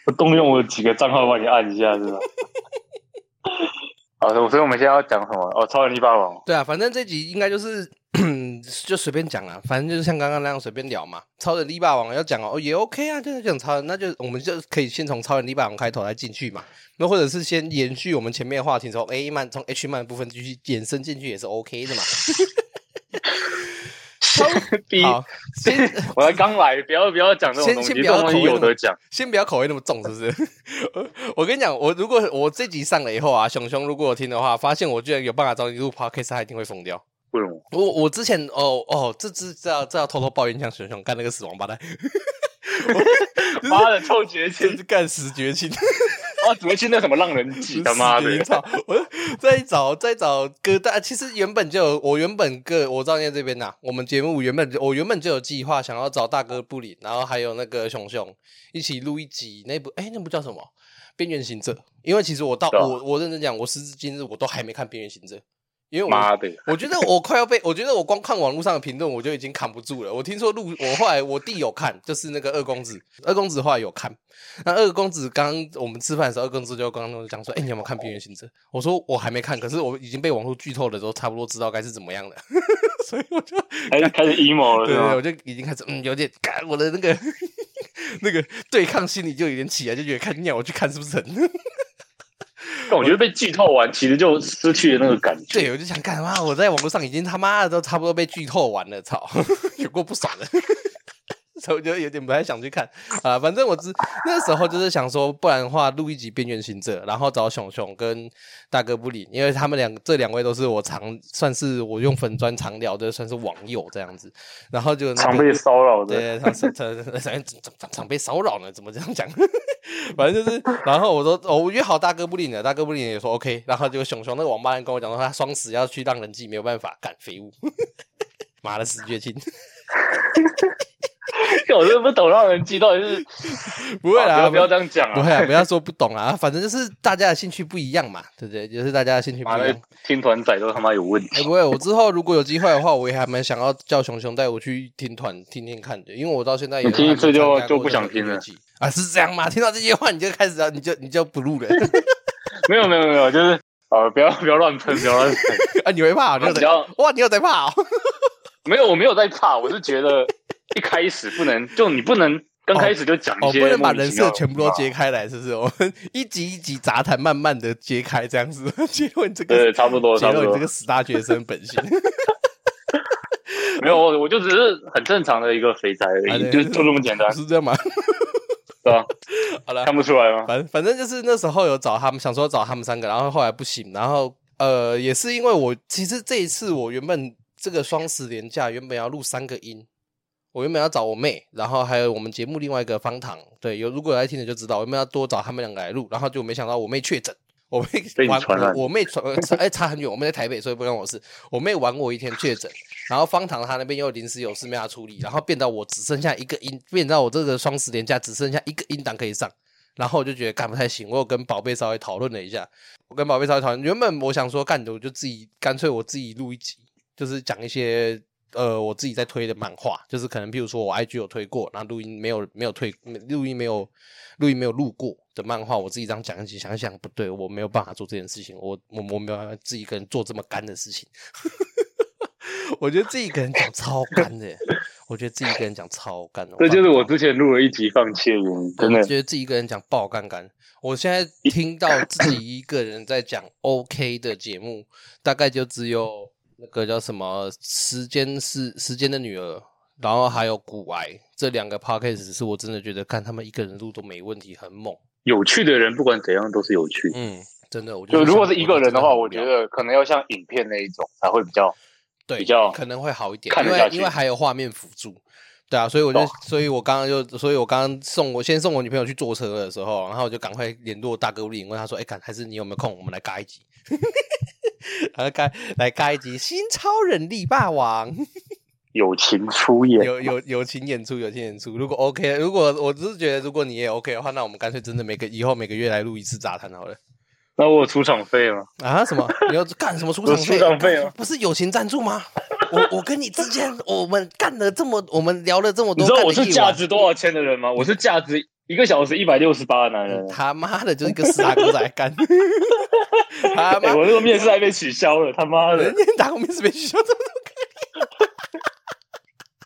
[SPEAKER 2] 我动用我几个账号帮你按一下，是吧？ [laughs] 好，所以我们现在要讲什么？哦，超人力霸王，
[SPEAKER 1] 对啊，反正这集应该就是 [clears throat] 就随便讲啦，反正就是像刚刚那样随便聊嘛。超人力霸王要讲哦，也 OK 啊，就是讲超人，那就我们就可以先从超人力霸王开头来进去嘛。那或者是先延续我们前面的话题，从 A 漫从 H 漫的部分继续延伸进去也是 OK 的嘛。
[SPEAKER 2] 第一，
[SPEAKER 1] 好，先
[SPEAKER 2] [laughs] 我才刚来，不要不要讲这种
[SPEAKER 1] 先
[SPEAKER 2] 东西，
[SPEAKER 1] 先
[SPEAKER 2] 这
[SPEAKER 1] 不要
[SPEAKER 2] 种东西
[SPEAKER 1] 口味
[SPEAKER 2] 有
[SPEAKER 1] 那么
[SPEAKER 2] 的讲。
[SPEAKER 1] 先不要口味那么重，是 [laughs] 不是？我我跟你讲，我如果我这集上了以后啊，熊熊如果有听的话，发现我居然有办法找你录 podcast，他一定会疯掉。
[SPEAKER 2] 为什么？
[SPEAKER 1] 我我之前哦哦，这只这要这要偷偷抱怨一下熊熊干那个死王八蛋，
[SPEAKER 2] 妈的，臭绝
[SPEAKER 1] 真
[SPEAKER 2] 情！
[SPEAKER 1] 是干死绝情，
[SPEAKER 2] [laughs] 啊，怎么去那什么浪人记？他妈
[SPEAKER 1] [laughs]
[SPEAKER 2] 的
[SPEAKER 1] 死绝！情操！我再找再找歌单，其实原本就有我原本个我照念这边呐、我们节目原本我原本就有计划想要找大哥布里，然后还有那个熊熊一起录一集那部哎那部叫什么《边缘行者》，因为其实我到
[SPEAKER 2] 对啊
[SPEAKER 1] 我我认真讲，我时至今日我都还没看《边缘行者》，因为我
[SPEAKER 2] 妈的，
[SPEAKER 1] [laughs] 我觉得我快要被，我觉得我光看网络上的评论我就已经扛不住了。我听说陆，我后来我弟有看，就是那个二公子， [laughs] 二公子后来有看。那二公子刚我们吃饭的时候，二公子就刚刚讲说：“哎、你有没有看《边缘行者》？”我说：“我还没看，可是我已经被网络剧透了，都差不多知道该是怎么样了。”所以我就
[SPEAKER 2] 开始开始 emo
[SPEAKER 1] [laughs]
[SPEAKER 2] 了
[SPEAKER 1] 对
[SPEAKER 2] 是
[SPEAKER 1] 对，对
[SPEAKER 2] 吗
[SPEAKER 1] 我？就已经开始嗯，有点干我的那个 [laughs] 那个对抗心理就有点起来，就觉得看尿我去看是不是人？
[SPEAKER 2] 但我觉得被剧透完，其实就失去了那个感觉。
[SPEAKER 1] 对，我就想干嘛？我在网络上已经他妈的都差不多被剧透完了，操， [laughs] 有过不爽的， [laughs] 所以我就有点不太想去看啊、反正我只那时候就是想说，不然的话录一集《边缘行者》，然后找熊熊跟大哥布里，因为他们两这两位都是我常算是我用粉砖常聊的，算是网友这样子。然后就、那个、
[SPEAKER 2] 常被骚扰的，
[SPEAKER 1] 对，他常常常常常被骚扰呢，怎么这样讲？ [laughs] 反正就是，然后我说，哦我约好大哥布林了，大哥布林也说 OK，然后结果熊熊那个王八蛋跟我讲说，他双十要去让人记，没有办法，干废物， [laughs] 妈的死绝
[SPEAKER 2] [laughs]
[SPEAKER 1] 情！
[SPEAKER 2] [laughs] 我真的不懂浪人记到底是
[SPEAKER 1] 不会啦，
[SPEAKER 2] 啊不要不要这样讲
[SPEAKER 1] 不会
[SPEAKER 2] 啊！
[SPEAKER 1] 啊，不要说不懂啊，反正就是大家的兴趣不一样嘛，对不对？就是大家的兴趣不
[SPEAKER 2] 妈
[SPEAKER 1] 一
[SPEAKER 2] 的
[SPEAKER 1] 样。，
[SPEAKER 2] 听团仔都他妈有问
[SPEAKER 1] 哎、
[SPEAKER 2] 题。
[SPEAKER 1] 不会，我之后如果有机会的话，我也还蛮想要叫熊熊带我去听团听听看的，因为我到现在也
[SPEAKER 2] 你听一次就
[SPEAKER 1] 还没参加过
[SPEAKER 2] 就不想听
[SPEAKER 1] 这个
[SPEAKER 2] 了
[SPEAKER 1] 音乐季啊，是这样吗？听到这些话你就开始要你就你就不
[SPEAKER 2] [laughs]
[SPEAKER 1] 录了
[SPEAKER 2] 没有没有没有，就是啊，不要不要乱喷，不要乱
[SPEAKER 1] [laughs]
[SPEAKER 2] 喷。
[SPEAKER 1] 啊？你会怕？你有
[SPEAKER 2] 比
[SPEAKER 1] 在
[SPEAKER 2] 较
[SPEAKER 1] 哇？你有在怕、哦？
[SPEAKER 2] 没有，我没有在怕，我是觉得一开始不能，就你不能刚开始就讲一
[SPEAKER 1] 哦，
[SPEAKER 2] 些、
[SPEAKER 1] 不能把人设全部都揭。开来，是不是？我们一集一集杂谈，慢慢的揭开，这样
[SPEAKER 2] [laughs]
[SPEAKER 1] 子揭露你这个
[SPEAKER 2] 对，差不多，
[SPEAKER 1] 揭
[SPEAKER 2] 差不
[SPEAKER 1] 露你
[SPEAKER 2] 多
[SPEAKER 1] 这个。死大学生本
[SPEAKER 2] [laughs]
[SPEAKER 1] 性。
[SPEAKER 2] 没有，我我就只是很正常的一个肥宅而已，
[SPEAKER 1] 啊对
[SPEAKER 2] 就就这么简单，
[SPEAKER 1] [laughs] 是这样吗？
[SPEAKER 2] 对吧？
[SPEAKER 1] 好了，
[SPEAKER 2] 看不出
[SPEAKER 1] [laughs]
[SPEAKER 2] 来吗？
[SPEAKER 1] 反正反正就是那时候有找他们，想说找他们三个，然后后来不行，然后呃，也是因为我其实这一次我原本这个双十连假原本要录三个音，我原本要找我妹，然后还有我们节目另外一个方糖，对，有如果有来听的就知道，我们要多找他们两个来录，然后就没想到我妹确诊。我妹
[SPEAKER 2] [laughs] 被你
[SPEAKER 1] 玩
[SPEAKER 2] 传染
[SPEAKER 1] 我我妹传呃差哎差很远，我妹在台北，所以不关我事。我妹玩我一天确诊，然后方糖他那边又临时有事没法处理，然后变到我只剩下一个音，变到我这个双十连假只剩下一个音档可以上，然后我就觉得干不太行，我有跟宝贝稍微讨论了一下，我跟宝贝稍微讨论，原本我想说干的我就自己干脆我自己录一集，就是讲一些呃我自己在推的漫画，就是可能譬如说我 IG 有推过，然后录音没有没有推，录音没有录音没有录过的漫画，我自己这样讲一起想一想不对，我没有办法做这件事情，我我我没有办法自己一个人做这么干的事情， [laughs] 我觉得自己一个人讲超干的耶，我觉得自己一个人讲超干的，
[SPEAKER 2] 这就是
[SPEAKER 1] 我
[SPEAKER 2] 我之前录了一集放弃的原因，真的
[SPEAKER 1] 觉得自己一个人讲爆干干。我现在听到自己一个人在讲 OK 的节目，大概就只有那个叫什么《时间是时间的女儿》，然后还有《骨癌》这两个 podcast，是我真的觉得看他们一个人录都没问题，很猛。
[SPEAKER 2] 有趣的人不管怎样都是有趣。
[SPEAKER 1] 嗯，真的，我觉
[SPEAKER 2] 就
[SPEAKER 1] 得
[SPEAKER 2] 如果是一个人的话，我觉
[SPEAKER 1] 得。
[SPEAKER 2] 得可能要像影片那一种才会比较
[SPEAKER 1] 对，
[SPEAKER 2] 比较
[SPEAKER 1] 可能会好一点，
[SPEAKER 2] 看
[SPEAKER 1] 因
[SPEAKER 2] 得下
[SPEAKER 1] 为
[SPEAKER 2] 去
[SPEAKER 1] 因为还有画面辅助。对啊，所以我就
[SPEAKER 2] 懂，
[SPEAKER 1] 所以我刚刚就，所以我刚刚送我先送我女朋友去坐车的时候，然后我就赶快联络大哥林，问他说：“哎、看还是你有没有空，我们来尬一集， [laughs] 来尬来尬一集新超人力霸王。”
[SPEAKER 2] 友情出演，
[SPEAKER 1] 有有友情演出，友情演出。如果 OK，如果我只是觉得，如果你也 OK 的话，那我们干脆真的每个以后每个月来录一次杂谈好了。
[SPEAKER 2] 那我有出场费吗？
[SPEAKER 1] 啊？什么？你要干什么出场费？
[SPEAKER 2] 出场费啊
[SPEAKER 1] 不是友情赞助吗？我我跟你之间，我们干了这么，我们聊了这么
[SPEAKER 2] 你
[SPEAKER 1] 多，
[SPEAKER 2] 知道
[SPEAKER 1] 干了
[SPEAKER 2] 我是
[SPEAKER 1] 一
[SPEAKER 2] 价
[SPEAKER 1] 晚
[SPEAKER 2] 值多少钱的人吗？我是价值一个小时一百六十八的男人。
[SPEAKER 1] 他妈的，就是一个傻狗仔干。他
[SPEAKER 2] 哎、
[SPEAKER 1] 妈，
[SPEAKER 2] 我这个面试还被取消了，他妈的
[SPEAKER 1] 人！家打工面试被取消，这么多可以。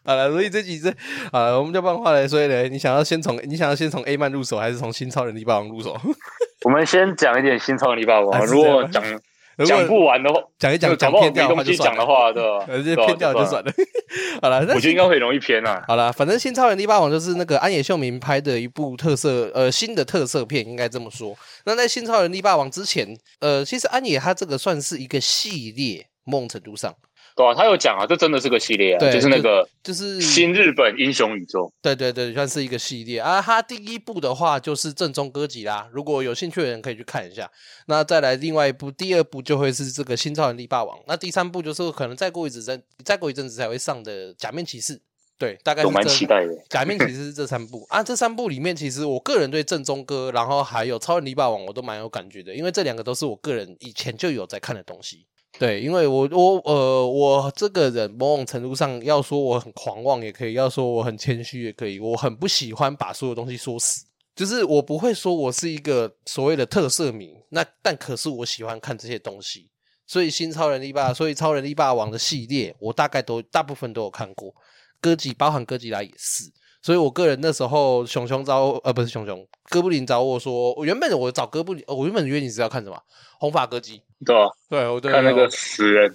[SPEAKER 1] 好了，所以这几次，好了，我们就换话来说嘞。你想要先从你想要先从 A 曼入手，还是从新超人力霸王入手？ [laughs]
[SPEAKER 2] 我们先讲一点新超人力霸
[SPEAKER 1] 啊
[SPEAKER 2] 王，
[SPEAKER 1] 是
[SPEAKER 2] 如
[SPEAKER 1] 这样
[SPEAKER 2] 果
[SPEAKER 1] 吗
[SPEAKER 2] 讲
[SPEAKER 1] 如果
[SPEAKER 2] 讲不完的话，
[SPEAKER 1] 讲一
[SPEAKER 2] 就
[SPEAKER 1] 讲讲
[SPEAKER 2] 讲不好
[SPEAKER 1] 偏
[SPEAKER 2] 没
[SPEAKER 1] 掉的
[SPEAKER 2] 东
[SPEAKER 1] 话就
[SPEAKER 2] 西
[SPEAKER 1] 算了
[SPEAKER 2] 讲的， [laughs] 话，对吧？
[SPEAKER 1] 呃，
[SPEAKER 2] 对
[SPEAKER 1] 这
[SPEAKER 2] 啊吧
[SPEAKER 1] 偏掉就算。了。 [laughs] 好了，那
[SPEAKER 2] 我觉得应该会容易偏啊。
[SPEAKER 1] 好了，反正新超人力霸王就是那个安野秀明拍的一部特色，呃，新的特色片，应该这么说。那在新超人力霸王之前，呃，其实安野他这个算是一个系列，某种程度上
[SPEAKER 2] 对啊，他有讲啊，这真的是个系列啊，
[SPEAKER 1] 对
[SPEAKER 2] 就是那个
[SPEAKER 1] 就是
[SPEAKER 2] 新日本英雄宇宙。
[SPEAKER 1] 对对对，算是一个系列啊。它第一部的话就是正宗歌吉拉，如果有兴趣的人可以去看一下。那再来另外一部，第二部就会是这个新超人力霸王，那第三部就是可能再过一阵子，再过一阵子才会上的假面骑士。对，大概是
[SPEAKER 2] 我蛮
[SPEAKER 1] 这
[SPEAKER 2] 期待的。
[SPEAKER 1] [laughs] 假面骑士是这三部啊，这三部里面，其实我个人对正宗歌，然后还有超人力霸王，我都蛮有感觉的，因为这两个都是我个人以前就有在看的东西。对，因为我我呃，我这个人某种程度上要说我很狂妄也可以，要说我很谦虚也可以，我很不喜欢把所有东西说死，就是我不会说我是一个所谓的特色迷，那但可是我喜欢看这些东西，所以新超人力霸，所以超人力霸王的系列，我大概都大部分都有看过，哥吉包含哥吉拉也是，所以我个人那时候熊熊找我呃不是熊熊哥布林找我说，我原本我找哥布林，呃我原本约你是要看什么红发歌姬，
[SPEAKER 2] 对啊，
[SPEAKER 1] 对我对
[SPEAKER 2] 看那个
[SPEAKER 1] [laughs]
[SPEAKER 2] 死人，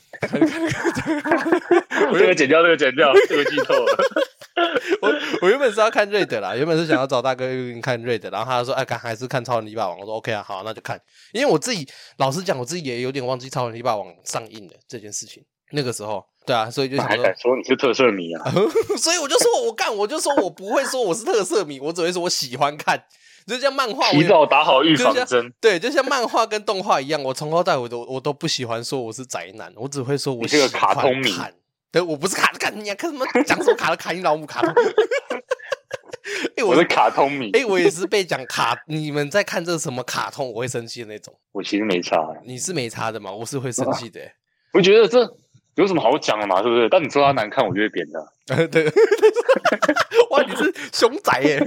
[SPEAKER 2] 这个剪掉，这个剪掉，这个剧透了。
[SPEAKER 1] 我我原本是要看瑞德啦，原本是想要找大哥云看瑞德，然后他说哎，看还是看超人力霸王，我说 OK 啊，好，那就看，因为我自己老实讲，我自己也有点忘记超人力霸王上映了这件事情，那个时候 [laughs] 对啊，所以就
[SPEAKER 2] 那
[SPEAKER 1] 想
[SPEAKER 2] 还
[SPEAKER 1] 说
[SPEAKER 2] 敢，说你是特色迷啊？
[SPEAKER 1] 所以我就说我干，我就说我不会说我是特色迷，我只会说我喜欢看，就像漫画，我
[SPEAKER 2] 提
[SPEAKER 1] 也
[SPEAKER 2] 早打好预防
[SPEAKER 1] 就
[SPEAKER 2] 针
[SPEAKER 1] 像。对，啊就像漫画跟动画一样，我从头到尾都我都不喜欢说我是宅男，我只会说我
[SPEAKER 2] 你是个
[SPEAKER 1] 喜欢
[SPEAKER 2] 卡通迷
[SPEAKER 1] 看。对，我不是卡，看你啊，看什么讲什么卡的卡你老母卡通。哎、
[SPEAKER 2] [laughs] 我
[SPEAKER 1] 我
[SPEAKER 2] 是卡通迷，
[SPEAKER 1] [laughs] 哎、我也是被讲卡，你们在看这什么卡通，我会生气的那种。
[SPEAKER 2] 我其实没差、欸。
[SPEAKER 1] 你是没差的嘛，我是会生气的、 [laughs] 欸。
[SPEAKER 2] 我觉得这有什么好讲的嘛，是不是？但你说他难看，我就会扁啊他。
[SPEAKER 1] 对， [laughs] 哇，你是熊仔
[SPEAKER 2] [laughs]
[SPEAKER 1] 耶、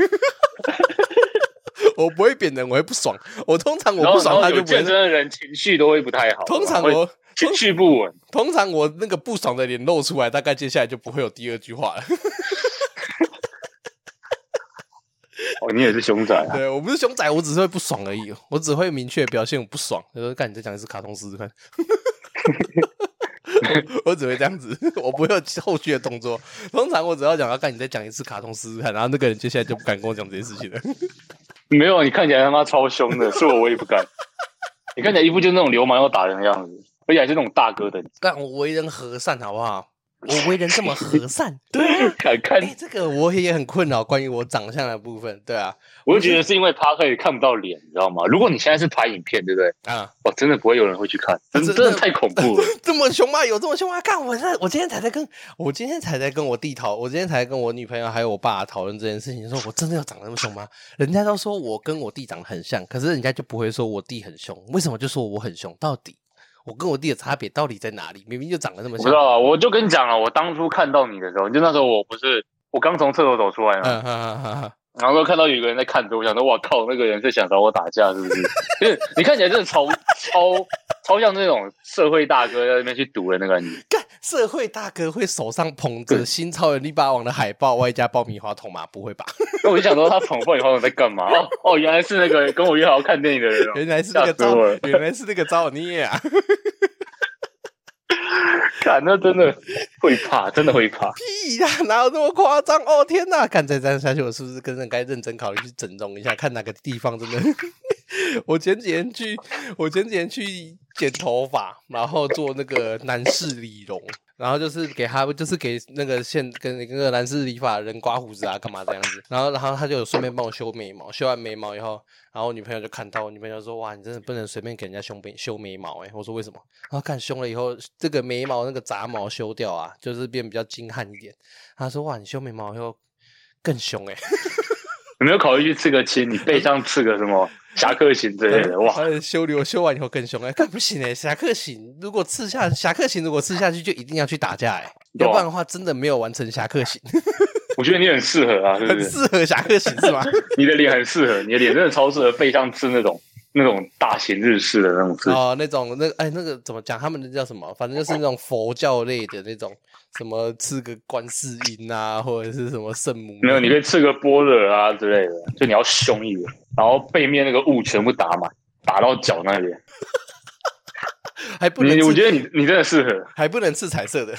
[SPEAKER 1] 我不会扁人，我会不爽。我通常
[SPEAKER 2] 然
[SPEAKER 1] 我
[SPEAKER 2] 后
[SPEAKER 1] 不爽他
[SPEAKER 2] 然后
[SPEAKER 1] 就
[SPEAKER 2] 有
[SPEAKER 1] 不会
[SPEAKER 2] 健身。的人情绪都会不太好，啊
[SPEAKER 1] 通常
[SPEAKER 2] 会
[SPEAKER 1] 我
[SPEAKER 2] 情绪不稳。
[SPEAKER 1] 通常我那个不爽的脸露出来，大概接下来就不会有第二句 [laughs] 话了。
[SPEAKER 2] 哦，你也是熊仔啊？
[SPEAKER 1] 对我不是熊仔，我只是会不爽而已，我只会明确表现我不爽。他说：“干，你再讲一次卡通试试 [laughs] 看。我”我只会这样子，我不会有后续的动作。通常我只要讲啊要干，你再讲一次卡通试试看，然后那个人接下来就不敢跟我讲这件事情 [laughs] 了。
[SPEAKER 2] 没有，你看起来他妈超凶的，是我我也
[SPEAKER 1] [laughs]
[SPEAKER 2] 不敢。你看起来一副就是那种流氓要打人的样子，而且还是那种大哥的，
[SPEAKER 1] 但我为人和善，好不好？我为人这么和 [laughs] 善，
[SPEAKER 2] [laughs] 敢看
[SPEAKER 1] 哎、，这个我也很困扰，关于我长相的部分，对啊，
[SPEAKER 2] 我就觉得是因为他可以看不到脸，你知道吗？如果你现在是拍影片，对不对？
[SPEAKER 1] 啊，
[SPEAKER 2] 哇，真的不会有人会去看，真
[SPEAKER 1] 真的
[SPEAKER 2] 真的太恐怖了。
[SPEAKER 1] 这么凶吗？有这么凶吗？干！我这我今天才在跟我今天才在跟我弟讨，我今天才跟我女朋友还有我爸讨论这件事情，说我真的要长得那么凶吗？人家都说我跟我弟长得很像，可是人家就不会说我弟很凶，为什么就说我很凶？到底我跟我弟的差别到底在哪里？明明就长得那么
[SPEAKER 2] [laughs] 我不
[SPEAKER 1] 像
[SPEAKER 2] 知，道啊，我就跟你讲了，我当初看到你的时候，就那时候我不是我刚从厕所走出来嘛，
[SPEAKER 1] 嗯哈哈哈，
[SPEAKER 2] 然后看到有个人在看着我，想说哇靠，那个人是想找我打架是不 [laughs] 是？就是你看起来真的超超超像那种社会大哥在那边去赌的那个感觉。
[SPEAKER 1] 干社会大哥会手上捧着新超人力霸王的海报，外加爆米花桶吗？不会吧？
[SPEAKER 2] 那我就想说他捧爆米花桶在干嘛？哦哦，原来是那个跟我约好看电影的人、哦。 [laughs]
[SPEAKER 1] 原来是那个
[SPEAKER 2] 吓死我了
[SPEAKER 1] 招，原来是那个招你啊！
[SPEAKER 2] 看，那真的会怕，真的会怕。
[SPEAKER 1] 屁呀、 [laughs] 哪有那么夸张？哦天哪！看再这样下去，我是不是真的该认真考虑去整容一下，看哪个地方真的？ [laughs] 我前几天去，我前几天去剪头发，然后做那个男士理容，然后就是给他，就是给那个现跟那个男士理发人刮胡子啊，干嘛这样子。然后，然后他就有顺便帮我修眉毛，修完眉毛以后，然后我女朋友就看到，我女朋友说：“哇，你真的不能随便给人家修眉修眉毛哎、我说：“为什么？”然后看修了以后，这个眉毛那个杂毛修掉啊，就是变比较精悍一点。他说：“哇，你修眉毛以后更凶哎、
[SPEAKER 2] 有没有考虑去刺个青？你背上刺个
[SPEAKER 1] [laughs]
[SPEAKER 2] 什么侠客行之类的？哇，
[SPEAKER 1] 呃修留修完以后更凶哎、看不行哎、侠客行如果刺下侠客行如果刺下去，就一定要去打架哎、
[SPEAKER 2] 对啊
[SPEAKER 1] 要不然的话真的没有完成侠客行，
[SPEAKER 2] 我觉得你很适合啊，是不
[SPEAKER 1] 很
[SPEAKER 2] 是？
[SPEAKER 1] 适合侠客行是吗？
[SPEAKER 2] 你的脸很适合，你的脸真的超适合背上刺那种那种大型日式的那种刺。
[SPEAKER 1] 哦，那种那哎那个怎么讲？他们的叫什么？反正就是那种佛教类的那种，什么刺个观世音啊，或者是什么圣母。啊
[SPEAKER 2] 没有，你可以刺个波若啊之类的，就你要凶一点，然后背面那个雾全部打满，打到脚那里。
[SPEAKER 1] 还不能
[SPEAKER 2] 你我
[SPEAKER 1] 刺，
[SPEAKER 2] 觉得你你真的适合，
[SPEAKER 1] 还不能刺彩色的，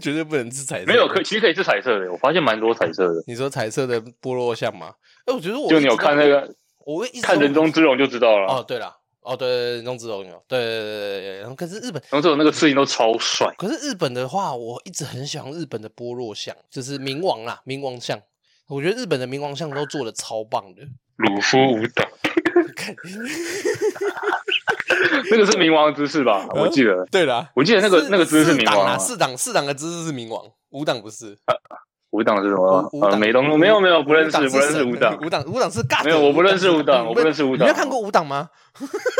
[SPEAKER 1] 绝对不能刺彩色的。
[SPEAKER 2] 没有可其实可以是彩色的，我发现蛮多彩色的。
[SPEAKER 1] 你说彩色的波洛像吗？哎，我觉得我
[SPEAKER 2] 就
[SPEAKER 1] 一
[SPEAKER 2] 你
[SPEAKER 1] 直都
[SPEAKER 2] 有看那，个
[SPEAKER 1] 我会一直
[SPEAKER 2] 看
[SPEAKER 1] 都
[SPEAKER 2] 人中之龙就知道了，
[SPEAKER 1] 哦，对了，哦对对对，人中之龙有，对对对对对。然后可是日本，
[SPEAKER 2] 人中之龙那个刺青都超帅。
[SPEAKER 1] 可是日本的话，我一直很喜欢日本的波洛像，就是冥王啦，冥王像。我觉得日本的冥王像都做的超棒的，
[SPEAKER 2] 鲁夫舞
[SPEAKER 1] [laughs]
[SPEAKER 2] 蹈，
[SPEAKER 1] 看，
[SPEAKER 2] 那个是冥王的姿势吧？
[SPEAKER 1] 嗯
[SPEAKER 2] 我记得，
[SPEAKER 1] 对啦，
[SPEAKER 2] 我记得那个
[SPEAKER 1] 四
[SPEAKER 2] 那个姿势是
[SPEAKER 1] 四
[SPEAKER 2] 冥
[SPEAKER 1] 档
[SPEAKER 2] 王
[SPEAKER 1] 啊，
[SPEAKER 2] 啊。
[SPEAKER 1] 四档四档的姿势是冥王，五档不是。
[SPEAKER 2] 舞蹈是什么
[SPEAKER 1] 五？五
[SPEAKER 2] 呃，
[SPEAKER 1] 档
[SPEAKER 2] 没动过，没有没有，不认识
[SPEAKER 1] 五档
[SPEAKER 2] 不认识
[SPEAKER 1] 神
[SPEAKER 2] 舞蹈，
[SPEAKER 1] 五档五档是尬的。
[SPEAKER 2] 没有我不认识
[SPEAKER 1] 五档
[SPEAKER 2] 五档我不认识五档
[SPEAKER 1] 你没有看过五档吗？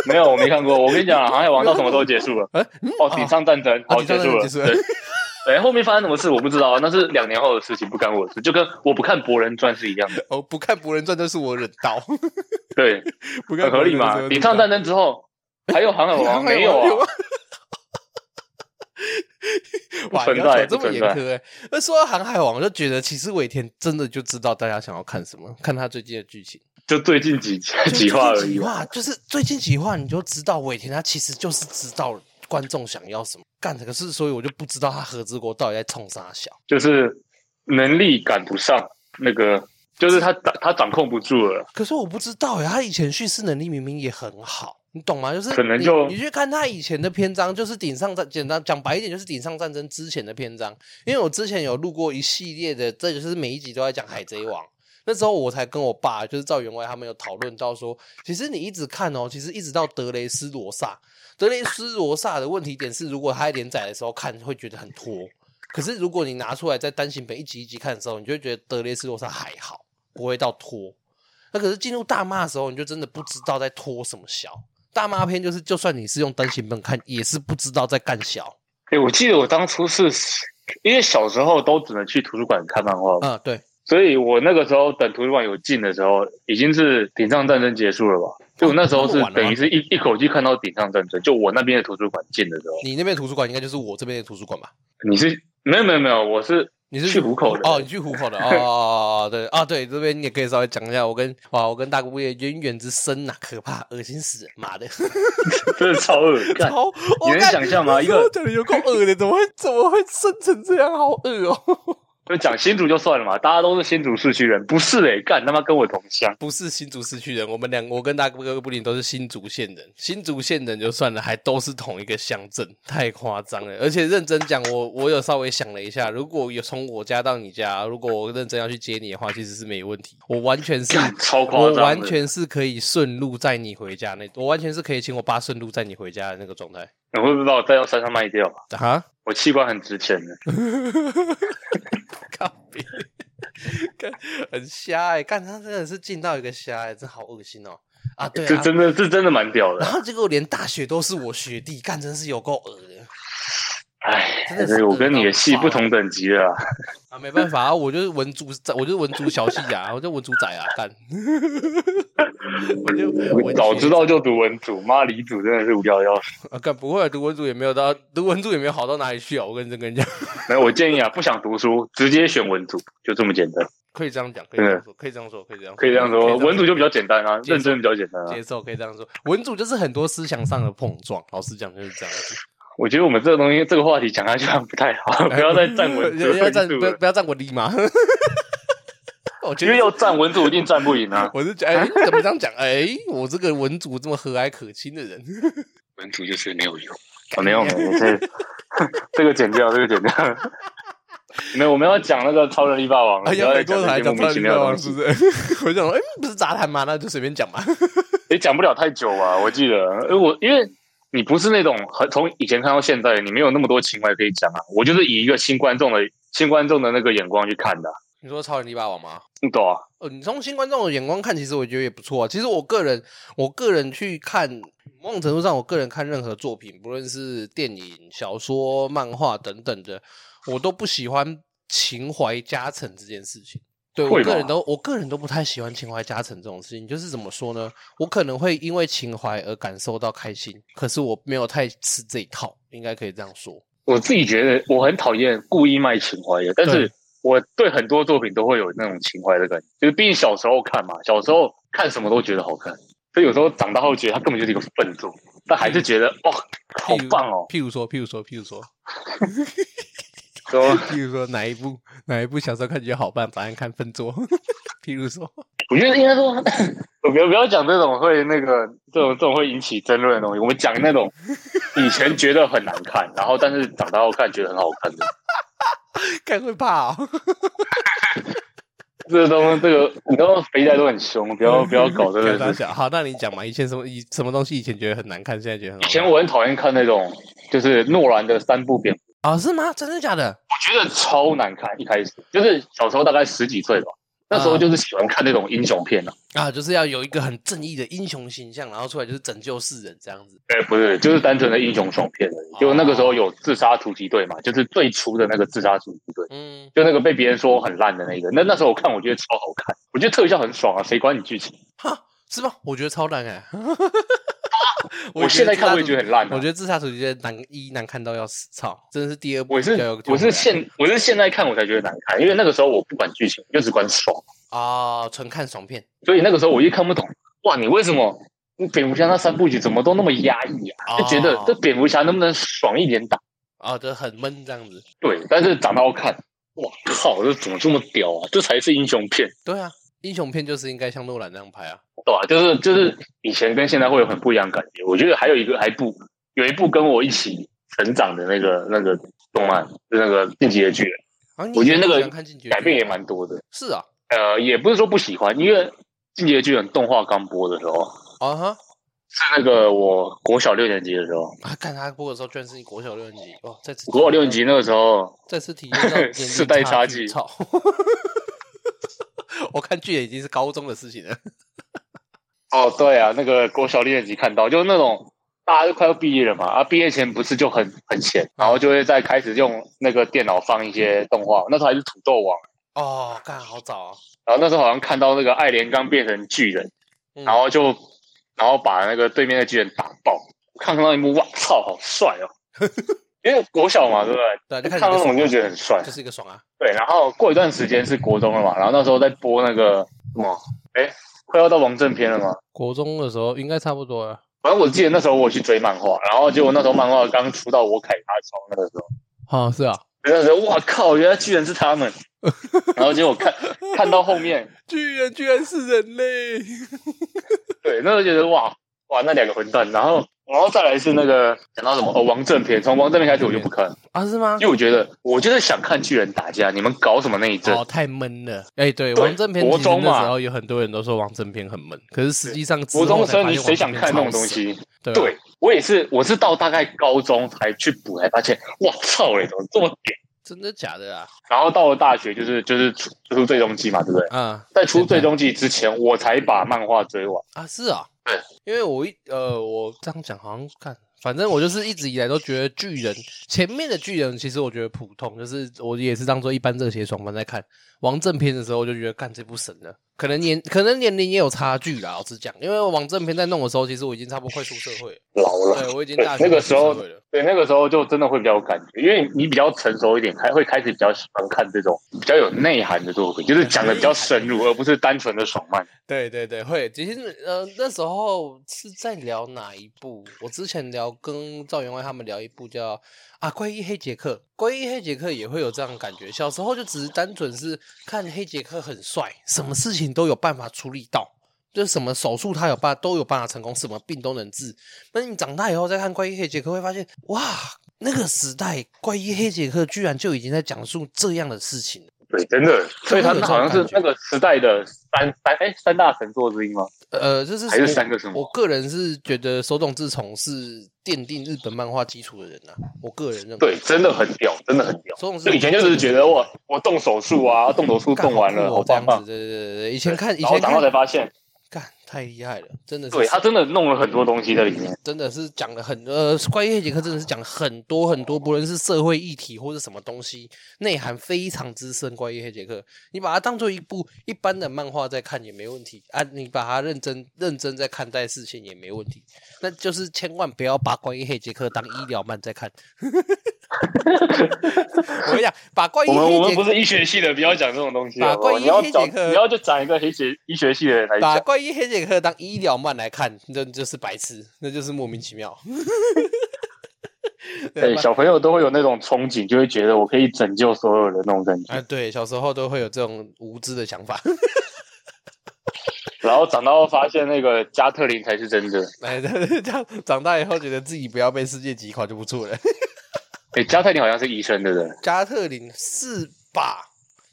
[SPEAKER 2] 没有我没看过。我跟你讲啊，航海王到什么时候结束了？
[SPEAKER 1] 哎，嗯
[SPEAKER 2] 哦，顶上战争，
[SPEAKER 1] 啊
[SPEAKER 2] 好
[SPEAKER 1] 顶上
[SPEAKER 2] 结
[SPEAKER 1] 战
[SPEAKER 2] 束
[SPEAKER 1] 争
[SPEAKER 2] 了。
[SPEAKER 1] 结束了
[SPEAKER 2] 对，对，后面发生什么事我不知道，啊那是两年后的事情，不干我的事，就跟我不看《博人传》是一样的。
[SPEAKER 1] 哦，不看《博人传》就是我忍 [laughs] 刀，
[SPEAKER 2] 对，
[SPEAKER 1] 不看
[SPEAKER 2] 呃很合理
[SPEAKER 1] 博人传就是我
[SPEAKER 2] 嘛。
[SPEAKER 1] 忍刀
[SPEAKER 2] 顶上战争之后还有航海王没有
[SPEAKER 1] 有
[SPEAKER 2] 啊
[SPEAKER 1] 啊？哇，
[SPEAKER 2] 不存
[SPEAKER 1] 你要
[SPEAKER 2] 在
[SPEAKER 1] 讲这
[SPEAKER 2] 不
[SPEAKER 1] 么
[SPEAKER 2] 存
[SPEAKER 1] 严
[SPEAKER 2] 在
[SPEAKER 1] 苛欸那说到《航海王》，我就觉得其实尾田真的就知道大家想要看什么，看他最近的剧情。
[SPEAKER 2] 就最近几几话而已
[SPEAKER 1] 几
[SPEAKER 2] 嘛。
[SPEAKER 1] 话就是最近几话，你就知道尾田他其实就是知道观众想要什么。干，可是所以我就不知道他和之国到底在冲啥小。
[SPEAKER 2] 就是能力赶不上那个，就是他掌他掌控不住了。
[SPEAKER 1] 可是我不知道呀，欸他以前叙事能力明明也很好，你懂吗？就是
[SPEAKER 2] 可能
[SPEAKER 1] 你
[SPEAKER 2] 就
[SPEAKER 1] 你去看他以前的篇章，就是顶上战，简单讲白一点，就是顶上战争之前的篇章。因为我之前有录过一系列的，这就是每一集都在讲海贼王。那时候我才跟我爸，就是赵员外他们有讨论到说，其实你一直看哦，其实一直到德雷斯罗萨，德雷斯罗萨的问题点是，如果他在连载的时候看，会觉得很拖。可是如果你拿出来在单行本一集一集看的时候，你就会觉得德雷斯罗萨还好，不会到拖。那可是进入大骂的时候，你就真的不知道在拖什么小。大骂篇就是，就算你是用单行本看，也是不知道在干小。
[SPEAKER 2] 哎、我记得我当初是因为小时候都只能去图书馆看漫画，
[SPEAKER 1] 啊、对，
[SPEAKER 2] 所以我那个时候等图书馆有进的时候，已经是顶上战争结束了吧？就我那时候
[SPEAKER 1] 哦那
[SPEAKER 2] 是
[SPEAKER 1] 么晚了吗
[SPEAKER 2] 等于是一一口气看到顶上战争，就我那边的图书馆进的时候，
[SPEAKER 1] 你那边的图书馆应该就是我这边的图书馆吧？
[SPEAKER 2] 你是没有没有没有，我是
[SPEAKER 1] [laughs] 你是
[SPEAKER 2] 去虎口的
[SPEAKER 1] 哦，你去虎口的哦哦哦，哦对啊，对，这边你也可以稍微讲一下，我跟哇，我跟大姑爷渊源之深呐、可怕，恶心死人，妈的，
[SPEAKER 2] 真的超
[SPEAKER 1] [laughs]
[SPEAKER 2] 恶心。
[SPEAKER 1] 超，我
[SPEAKER 2] 能
[SPEAKER 1] 看
[SPEAKER 2] 想象吗一个
[SPEAKER 1] 我讲的有够恶的，怎么会怎么会生成这样，好恶哦！
[SPEAKER 2] 就讲新竹就算了嘛，大家都是新竹市区人，不是哎、干他妈跟我同乡，
[SPEAKER 1] 不是新竹市区人，我们两我跟大哥布林都是新竹县人，新竹县人就算了，还都是同一个乡镇，太夸张了。而且认真讲，我我有稍微想了一下，如果有从我家到你家，如果我认真要去接你的话，其实是没问题，我完全是。
[SPEAKER 2] 干超夸
[SPEAKER 1] 我
[SPEAKER 2] 张的，
[SPEAKER 1] 完全是可以顺路载你回家那，我完全是可以请我爸顺路载你回家的那个状态
[SPEAKER 2] 你会不会把我带到山上卖掉啊？
[SPEAKER 1] 啊！
[SPEAKER 2] 我器官很值钱的，
[SPEAKER 1] [laughs] 靠别，看很瞎哎、欸，看他真的是进到一个瞎哎、欸，真好恶心哦！啊，对
[SPEAKER 2] 这
[SPEAKER 1] 啊，
[SPEAKER 2] 真的这真的蛮屌
[SPEAKER 1] 然
[SPEAKER 2] 的。
[SPEAKER 1] 后结果连大学都是我学弟，干真是有够恶的 [laughs]
[SPEAKER 2] 哎，
[SPEAKER 1] 真的是
[SPEAKER 2] 所以我跟你的戏
[SPEAKER 1] 恶到爆
[SPEAKER 2] 不同等级了啊，
[SPEAKER 1] 啊！没办法啊，我就是文竹，我就是文竹小系啊，我就文竹仔啊，干，我就
[SPEAKER 2] 我
[SPEAKER 1] 文
[SPEAKER 2] [laughs] 早
[SPEAKER 1] 学
[SPEAKER 2] 知道就读文组，妈理组真的是无聊的要死。
[SPEAKER 1] 啊，干不会啊，读文竹也没有到，读文竹也没有好到哪里去啊！我跟真跟你讲，
[SPEAKER 2] 没有，我建议啊，不想读书，直接选文组，就这么简单。
[SPEAKER 1] 可以这样讲，可以这样说，可以这样说，可以这样，
[SPEAKER 2] 可以这样说，文组就比较
[SPEAKER 1] 简。
[SPEAKER 2] 简单啊，
[SPEAKER 1] 接受
[SPEAKER 2] 认真比较简单啊。
[SPEAKER 1] 接受，可以这样说。文组就是很多思想上的碰撞，老实讲就是这样子。
[SPEAKER 2] 我觉得我们这个东西，这个话题讲下去好像不太好， [laughs] 不要再站文
[SPEAKER 1] [laughs]
[SPEAKER 2] 组
[SPEAKER 1] 不要站，
[SPEAKER 2] 文组
[SPEAKER 1] 不要
[SPEAKER 2] 了，
[SPEAKER 1] 不要站我立马。 [laughs] 我觉
[SPEAKER 2] 因为
[SPEAKER 1] 得
[SPEAKER 2] 要站文组一定站不赢啊。
[SPEAKER 1] 我是觉得，哎，你怎么这样讲？哎，我这个文组这么和蔼可亲的人，
[SPEAKER 2] 文组就是没有用，啊没有没有，这 [laughs] 这个剪掉，这个剪掉。 [laughs] 没有，我们要讲那个超人力霸王了，
[SPEAKER 1] 哎
[SPEAKER 2] 不
[SPEAKER 1] 呀，
[SPEAKER 2] 哦要再
[SPEAKER 1] 回过头来
[SPEAKER 2] 讲那些
[SPEAKER 1] 讲
[SPEAKER 2] 莫名
[SPEAKER 1] 超
[SPEAKER 2] 其
[SPEAKER 1] 级
[SPEAKER 2] 妙
[SPEAKER 1] 霸
[SPEAKER 2] 的
[SPEAKER 1] 王
[SPEAKER 2] 东
[SPEAKER 1] 是
[SPEAKER 2] 西，
[SPEAKER 1] 不是？ [laughs] 我就想说，哎、不是杂谈嘛，那就随便讲嘛。
[SPEAKER 2] [laughs] 也讲不了太久啊。我记得，呃我因为你不是那种很从以前看到现在，你没有那么多情怀可以讲啊。我就是以一个新观众的新观众的那个眼光去看的啊，
[SPEAKER 1] 你说超人力霸王吗？
[SPEAKER 2] 你懂啊？
[SPEAKER 1] 呃，你从新观众的眼光看，其实我觉得也不错啊。其实我个人，我个人去看，某种程度上，我个人看任何作品，不论是电影、小说、漫画等等的，我都不喜欢情怀加成这件事情。对我
[SPEAKER 2] 会
[SPEAKER 1] 个人
[SPEAKER 2] 吗
[SPEAKER 1] 都，我个人都不太喜欢情怀加成这种事情。就是怎么说呢？我可能会因为情怀而感受到开心，可是我没有太吃这一套，应该可以这样说。
[SPEAKER 2] 我自己觉得我很讨厌故意卖情怀的，但是
[SPEAKER 1] 对
[SPEAKER 2] 我对很多作品都会有那种情怀的感觉，就是毕竟小时候看嘛，小时候看什么都觉得好看，所以有时候长大后觉得它根本就是一个笨重，但还是觉得哇、好
[SPEAKER 1] 譬如
[SPEAKER 2] 棒哦！
[SPEAKER 1] 譬如说，譬如说，譬如说，
[SPEAKER 2] 说
[SPEAKER 1] 譬如说哪一部哪一部小时候看觉得好办，反正看分桌。 [laughs] 譬如说，
[SPEAKER 2] 我觉得应该说，我不要不要讲这种会那个这种这种会引起争论的东西，我们讲那种以前觉得很难看，然后但是长大后看觉得很好看的。
[SPEAKER 1] 该会怕哦。
[SPEAKER 2] 这个东西，这个你知道肥仔都很凶，不要不要搞这个
[SPEAKER 1] [laughs] 开
[SPEAKER 2] 事
[SPEAKER 1] 玩笑。好，那你讲嘛，以前什么以什么东西以前觉得很难看，现在觉得很好
[SPEAKER 2] 以
[SPEAKER 1] 看
[SPEAKER 2] 前我很讨厌看那种，就是诺兰的三部蝙蝠，
[SPEAKER 1] 啊、是吗？真的假的？
[SPEAKER 2] 我觉得超难看。一开始就是小时候大概十几岁吧，那
[SPEAKER 1] 嗯
[SPEAKER 2] 时候就是喜欢看那种英雄片啊。
[SPEAKER 1] 啊，就是要有一个很正义的英雄形象，然后出来就是拯救世人这样子。
[SPEAKER 2] 哎、不是，就是单纯的英雄爽片而
[SPEAKER 1] 哦
[SPEAKER 2] 已。就那个时候有自杀突击队嘛，就是最初的那个自杀突击队，
[SPEAKER 1] 嗯，
[SPEAKER 2] 就那个被别人说很烂的那个。那那时候我看，我觉得超好看，我觉得特效很爽啊，谁管你剧情？
[SPEAKER 1] 哈，是吗？我觉得超难哎、
[SPEAKER 2] [laughs] 我现在看我也觉得很烂、啊。
[SPEAKER 1] 我觉得自杀主角难一难看到要死，操！真的是第二部
[SPEAKER 2] 我
[SPEAKER 1] 比较
[SPEAKER 2] 是
[SPEAKER 1] 有。
[SPEAKER 2] 我是现我是现在看我才觉得难看，因为那个时候我不管剧情，就只管爽。
[SPEAKER 1] 啊，纯看爽片
[SPEAKER 2] 所以那个时候我就看不懂，哇，你为什么蝙蝠侠那三部曲怎么都那么压抑啊？
[SPEAKER 1] 哦
[SPEAKER 2] 就觉得这蝙蝠侠能不能爽一点打？
[SPEAKER 1] 啊，就很闷这样子。
[SPEAKER 2] 对，但是长大后看，哇靠，这怎么这么屌啊？这才是英雄片，
[SPEAKER 1] 对啊，英雄片就是应该像诺兰那样拍啊。
[SPEAKER 2] 对吧、就是就是以前跟现在会有很不一样的感觉。我觉得还有一个还不有一部跟我一起成长的那个那个动漫，就那个《进击的巨人
[SPEAKER 1] 啊，你
[SPEAKER 2] 我觉得那个
[SPEAKER 1] 喜欢看进去
[SPEAKER 2] 改变也蛮多的。
[SPEAKER 1] 是啊，
[SPEAKER 2] 呃，也不是说不喜欢，因为《进击的巨人》动画刚播的时候
[SPEAKER 1] 啊哈。
[SPEAKER 2] 是那个我国小六年级的时候，
[SPEAKER 1] 啊，看他播的时候，居然是你国小六年级哦，再次
[SPEAKER 2] 国小六年
[SPEAKER 1] 级，
[SPEAKER 2] 级那个时候。
[SPEAKER 1] 再次体
[SPEAKER 2] [laughs]
[SPEAKER 1] 验到年龄
[SPEAKER 2] 世代差
[SPEAKER 1] 距
[SPEAKER 2] 距
[SPEAKER 1] 操！ [laughs] 我看剧也已经是高中的事情了。
[SPEAKER 2] 哦，对啊，那个国小六年级看到，就是那种大家都快要毕业了嘛，啊，毕业前不是就很很闲，然后就会再开始用那个电脑放一些动画，那时候还是土豆网，
[SPEAKER 1] 哦，干好早啊！
[SPEAKER 2] 然后那时候好像看到那个爱莲刚变成巨人，
[SPEAKER 1] 嗯
[SPEAKER 2] 然后就然后把那个对面的巨人打爆，看到一幕，哇操，好帅
[SPEAKER 1] [laughs]
[SPEAKER 2] 哦！因为国小嘛，对不对？
[SPEAKER 1] 对啊，就
[SPEAKER 2] 看
[SPEAKER 1] 看你
[SPEAKER 2] 到
[SPEAKER 1] 的
[SPEAKER 2] 那
[SPEAKER 1] 爽
[SPEAKER 2] 种就
[SPEAKER 1] 啊，
[SPEAKER 2] 觉得很帅
[SPEAKER 1] 就，是一个爽啊！
[SPEAKER 2] 对。然后过一段时间是国中了嘛，然后那时候在播那个什么，哎，快要到王正篇了嘛，
[SPEAKER 1] 国中的时候应该差不多了
[SPEAKER 2] 反正我记得那时候我有去追漫画，然后结果那时候漫画刚出到我凯他超那个时候，
[SPEAKER 1] 啊，是啊，
[SPEAKER 2] 那时候哇靠，原来居然是
[SPEAKER 1] [laughs]
[SPEAKER 2] 他们，然后结果看看到后面，
[SPEAKER 1] 居然居然是人类！
[SPEAKER 2] 对，那时候觉得哇哇那两个混蛋，然后然后再来是那个讲到什么哦王正篇，从王正篇开始我就不看，
[SPEAKER 1] [laughs] 啊，是吗
[SPEAKER 2] 因？为我觉得我就是想看巨人打架，你们搞什么那一阵？
[SPEAKER 1] 哦，太闷了。哎，对，
[SPEAKER 2] 对
[SPEAKER 1] 王正篇
[SPEAKER 2] 国
[SPEAKER 1] 其实
[SPEAKER 2] 中
[SPEAKER 1] 那
[SPEAKER 2] 嘛
[SPEAKER 1] 时候有很多人都说王正篇很闷，可是实际上之
[SPEAKER 2] 国中
[SPEAKER 1] 后才
[SPEAKER 2] 生
[SPEAKER 1] 发
[SPEAKER 2] 你
[SPEAKER 1] 现
[SPEAKER 2] 谁
[SPEAKER 1] 王
[SPEAKER 2] 想
[SPEAKER 1] 正篇
[SPEAKER 2] 看那种
[SPEAKER 1] 超
[SPEAKER 2] 东
[SPEAKER 1] 死？
[SPEAKER 2] 西？
[SPEAKER 1] 对啊
[SPEAKER 2] 对，我也是，我是到大概高中才去补，才发现哇操嘞，怎么这么屌？
[SPEAKER 1] 真的假的啊？
[SPEAKER 2] 然后到了大学就是就是出出最终季嘛，对不对？
[SPEAKER 1] 啊，
[SPEAKER 2] 在出最终季之前，我才把漫画追完。
[SPEAKER 1] 啊，是啊，
[SPEAKER 2] 对，
[SPEAKER 1] 因为我一呃，我这样讲好像看，反正我就是一直以来都觉得巨人前面的巨人，其实我觉得普通，就是我也是当做一般热血爽番在看。王正篇的时候，我就觉得干这部神了，可能年可能年龄也有差距啦，老实讲，因为王正篇在弄的时候，其实我已经差不多快出社会了，
[SPEAKER 2] 老了，
[SPEAKER 1] 对我已经大学
[SPEAKER 2] 那个时候
[SPEAKER 1] 出社会了。
[SPEAKER 2] 对那个时候就真的会比较有感觉，因为你比较成熟一点，才会开始比较喜欢看这种比较有内涵的作品，就是讲的比较深入，而不是单纯的爽漫。
[SPEAKER 1] 对对对，会。其实呃，那时候是在聊哪一部？我之前聊跟赵员外他们聊一部叫啊《怪医黑杰克》，《怪医黑杰克》也会有这样的感觉。小时候就只是单纯是看黑杰克很帅，什么事情都有办法处理到，就是什么手术他有办都有办法成功，什么病都能治。那你长大以后再看《怪医黑杰克》，会发现哇，那个时代《怪医黑杰克》居然就已经在讲述这样的事情了。
[SPEAKER 2] 对，真的，所以他
[SPEAKER 1] 真的有
[SPEAKER 2] 好像
[SPEAKER 1] 这种
[SPEAKER 2] 是
[SPEAKER 1] 感觉
[SPEAKER 2] 那个时代的三三哎三大神作之一吗？
[SPEAKER 1] 呃，这是
[SPEAKER 2] 还是
[SPEAKER 1] 我
[SPEAKER 2] 三个什么
[SPEAKER 1] 我个人是觉得手冢治虫是奠定日本漫画基础的人啊，我个人认为。
[SPEAKER 3] 对，真的很屌，真的很屌。
[SPEAKER 1] 手冢治
[SPEAKER 3] 就
[SPEAKER 1] 虫
[SPEAKER 3] 以前就是觉得哇，我动手术啊，动手术
[SPEAKER 1] 干
[SPEAKER 3] 动完
[SPEAKER 1] 好
[SPEAKER 3] 了，
[SPEAKER 1] 酷
[SPEAKER 3] 好
[SPEAKER 1] 哦这样
[SPEAKER 3] 棒棒
[SPEAKER 1] 子，。对对对对，以前看以
[SPEAKER 3] 然后
[SPEAKER 1] 前
[SPEAKER 3] 长大才
[SPEAKER 1] 看，
[SPEAKER 3] 发现，
[SPEAKER 1] 干太厉害了，真的是
[SPEAKER 2] 对他真的弄了很多东西在里面。
[SPEAKER 1] 真的是讲了很呃，关于黑杰克真的是讲了很多很多，不论是社会议题或是什么东西，内涵非常之深。关于黑杰克，你把它当做一部一般的漫画在看也没问题啊，你把它认真认真在看待事情也没问题，那就是千万不要把关于黑杰克当医疗漫在看。 [laughs] 我跟你讲，把关于
[SPEAKER 3] 我们我们
[SPEAKER 1] 哎黑杰
[SPEAKER 3] 不
[SPEAKER 1] 克。
[SPEAKER 3] 是医学系的，不要讲这种东西
[SPEAKER 1] 把
[SPEAKER 2] 啊
[SPEAKER 3] 好不好
[SPEAKER 1] 关于
[SPEAKER 3] 你要
[SPEAKER 1] 黑
[SPEAKER 3] 找
[SPEAKER 1] 杰克
[SPEAKER 3] 你要就找一个黑学医学系的人来
[SPEAKER 1] 把
[SPEAKER 3] 讲。
[SPEAKER 1] 关于黑杰克当医疗漫来看，那就是白痴，那就是莫名其
[SPEAKER 3] [laughs]
[SPEAKER 1] 妙。
[SPEAKER 2] 对，哎小朋友都会有那种憧憬，就会觉得我可以拯救所有人那种感觉。
[SPEAKER 1] 啊，对，小时候都会有这种无知的想法。
[SPEAKER 2] 然后长大后发现那个加特林才是真的。
[SPEAKER 1] 哎， [laughs] 这样长大以后觉得自己不要被世界击垮就不错了。 [laughs]
[SPEAKER 2] 哎，加特林好像是医生对不对？
[SPEAKER 1] 加特林是吧？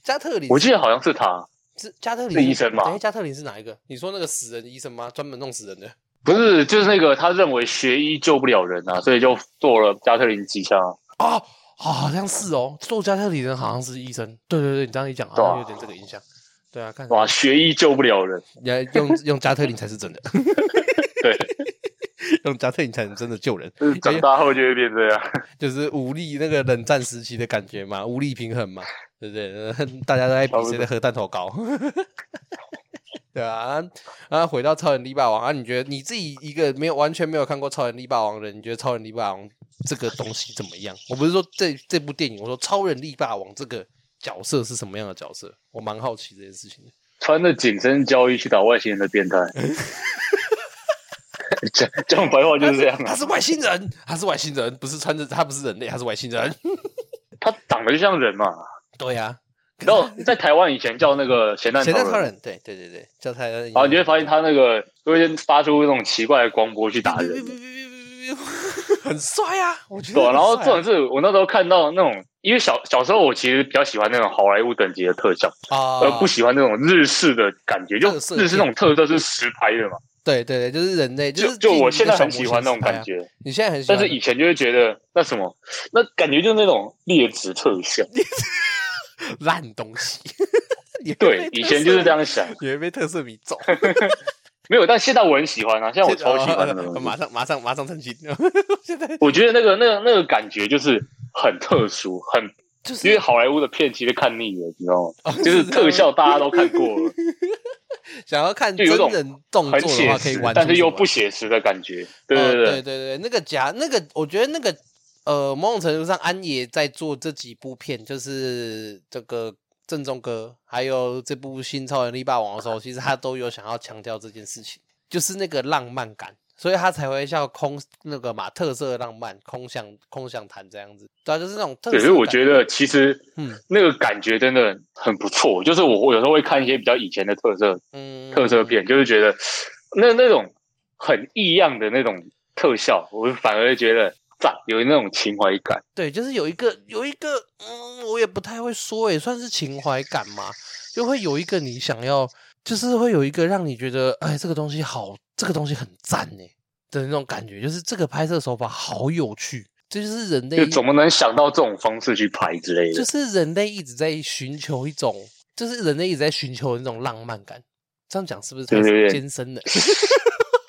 [SPEAKER 1] 加特林
[SPEAKER 2] 我
[SPEAKER 1] 是
[SPEAKER 2] 记得好像是他，
[SPEAKER 1] 是加特林
[SPEAKER 2] 是医生吧
[SPEAKER 1] 哎，加特林是哪一个？你说那个死人医生吗？专门弄死人的？
[SPEAKER 2] 不是，就是那个他认为学医救不了人啊，所以就做了加特林机枪。
[SPEAKER 1] 哦，
[SPEAKER 2] 啊
[SPEAKER 1] 好像是哦，做加特林人好像是医生。对对对，你这样一讲，好
[SPEAKER 2] 对啊
[SPEAKER 1] 像有点这个印象。对
[SPEAKER 2] [laughs]
[SPEAKER 1] 啊，看
[SPEAKER 2] 哇，学医救不了人，
[SPEAKER 1] 你要用用加特林才是真的，
[SPEAKER 2] 对，
[SPEAKER 1] [laughs] 用加特林才能真的救人。
[SPEAKER 2] 就是长大后就会变这样。
[SPEAKER 1] 就是武力那个冷战时期的感觉嘛，武力平衡嘛，对不对？ [laughs] 呃大家都在比谁的核弹头高， [laughs] 对啊。然后回到超人力霸王啊，你觉得你自己一个没有完全没有看过超人力霸王的人，你觉得超人力霸王这个东西怎么样？我不是说这这部电影，我说超人力霸王这个角色是什么样的角色？我蛮好奇这件事情的。
[SPEAKER 2] 穿着紧身胶衣去打外星人的变态，
[SPEAKER 1] 哎
[SPEAKER 2] 讲讲白话就是这样
[SPEAKER 1] 他
[SPEAKER 2] 啊。
[SPEAKER 1] 是外星人，他是外星人，不是穿着他不是人类，他是外星人。
[SPEAKER 2] 他长得就像人嘛，
[SPEAKER 1] 对呀、
[SPEAKER 2] 然后在台湾以前叫那个咸蛋
[SPEAKER 1] 啊，谁在
[SPEAKER 2] 超
[SPEAKER 1] 超人？对对对对，叫他。然
[SPEAKER 2] 然后你就会发现他那个就会发出那种奇怪的光波去打人，
[SPEAKER 1] [laughs] 很帅啊，我觉得
[SPEAKER 2] 对、
[SPEAKER 1] 很帅啊。
[SPEAKER 2] 然后这种是我那时候看到那种，因为小小时候我其实比较喜欢那种好莱坞等级的特效，
[SPEAKER 1] 啊，
[SPEAKER 2] 而呃不喜欢那种日式的感觉，就
[SPEAKER 1] 特色片
[SPEAKER 2] 日式那种特色是实拍的嘛，
[SPEAKER 1] 对对对，就是人类，
[SPEAKER 2] 就是就
[SPEAKER 1] 进
[SPEAKER 2] 我
[SPEAKER 1] 一
[SPEAKER 2] 现
[SPEAKER 1] 个
[SPEAKER 2] 在
[SPEAKER 1] 小
[SPEAKER 2] 很
[SPEAKER 1] 模
[SPEAKER 2] 喜
[SPEAKER 1] 型
[SPEAKER 2] 欢那种
[SPEAKER 1] 时代啊
[SPEAKER 2] 感，觉，
[SPEAKER 1] 你现在很喜
[SPEAKER 2] 但
[SPEAKER 1] 欢，
[SPEAKER 2] 是以前就会觉得那什么，那感觉就是那种劣质特效，
[SPEAKER 1] 烂东西。你会
[SPEAKER 2] [laughs] 对
[SPEAKER 1] 被，
[SPEAKER 2] 以
[SPEAKER 1] 特
[SPEAKER 2] 前
[SPEAKER 1] 色
[SPEAKER 2] 就是
[SPEAKER 1] 迷
[SPEAKER 2] 这，样想，
[SPEAKER 1] 你会被特色迷走。
[SPEAKER 2] 没有，但现在我很喜欢啊，现在我超喜欢的 [laughs] 那种，
[SPEAKER 1] [laughs] 马上马上马上澄清，现在
[SPEAKER 2] 我觉得那个那个那个感觉就是很特殊，很
[SPEAKER 1] [laughs] 就
[SPEAKER 2] 因为
[SPEAKER 1] 是
[SPEAKER 2] 好莱坞的片其实看腻了，你知道吗？
[SPEAKER 1] 哦
[SPEAKER 2] 就是
[SPEAKER 1] 这样
[SPEAKER 2] 特效大家都看过了，
[SPEAKER 1] 想要看
[SPEAKER 2] 就
[SPEAKER 1] 真
[SPEAKER 2] 有一种
[SPEAKER 1] 人动
[SPEAKER 2] 很
[SPEAKER 1] 作的
[SPEAKER 2] 写
[SPEAKER 1] 话，可以
[SPEAKER 2] 实
[SPEAKER 1] 玩，，
[SPEAKER 2] 但是又不写实的感觉。对
[SPEAKER 1] 呃
[SPEAKER 2] 对
[SPEAKER 1] 对对对，那个夹那个，我觉得那个呃，某种程度上，安野在做这几部片，就是这个正宗哥，还有这部新超人力霸王的时候，其实他都有想要强调这件事情，就是那个浪漫感。所以他才会像空那个嘛特色浪漫空想空想谈这样子，对啊，就是那种特色
[SPEAKER 2] 对，
[SPEAKER 1] 感。
[SPEAKER 2] 所以我觉得其实
[SPEAKER 1] 嗯
[SPEAKER 2] 那个感觉真的很不错。就是我我有时候会看一些比较以前的特色
[SPEAKER 1] 嗯
[SPEAKER 2] 特色片，就是觉得那那种很异样的那种特效，我反而觉得赞，有那种情怀感。
[SPEAKER 1] 对，就是有一个有一个，嗯，我也不太会说，诶，算是情怀感嘛，就会有一个你想要，就是会有一个让你觉得，哎，这个东西好，这个东西很赞诶的那种感觉，就是这个拍摄手法好有趣，这就是人类
[SPEAKER 2] 就
[SPEAKER 1] 一，
[SPEAKER 2] 怎么能想到这种方式去拍之类
[SPEAKER 1] 就
[SPEAKER 2] 的？
[SPEAKER 1] 是人类一直在寻求一种，就是人类一直在寻求那种浪漫感。这样讲是不是太
[SPEAKER 2] 对对对
[SPEAKER 1] 艰深了？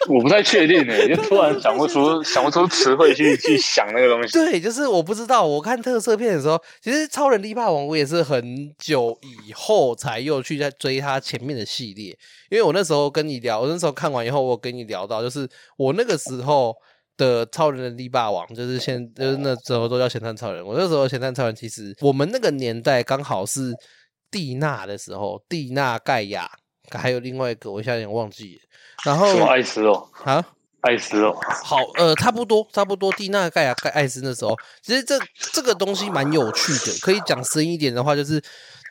[SPEAKER 2] 我不太
[SPEAKER 1] [laughs]
[SPEAKER 2] 确定呢、就突然想不出想不出词汇去去想那个东西。
[SPEAKER 1] 对，就是我不知道。我看特色片的时候，其实《超人力霸王》我也是很久以后才又去在追它前面的系列，因为我那时候跟你聊，我那时候看完以后，我跟你聊到，就是我那个时候的《超人力霸王》，就是现就是那时候都叫《咸蛋超人》，我那时候《咸蛋超人》其实我们那个年代刚好是蒂娜的时候，蒂娜盖亚。还有另外一个，我现在有点忘记了。然后
[SPEAKER 2] 什么艾斯哦，
[SPEAKER 1] 啊，
[SPEAKER 2] 艾斯哦，
[SPEAKER 1] 好，呃，差不多，差不多。蒂娜盖亚盖艾斯那时候，其实这这个东西蛮有趣的。可以讲深一点的话，就是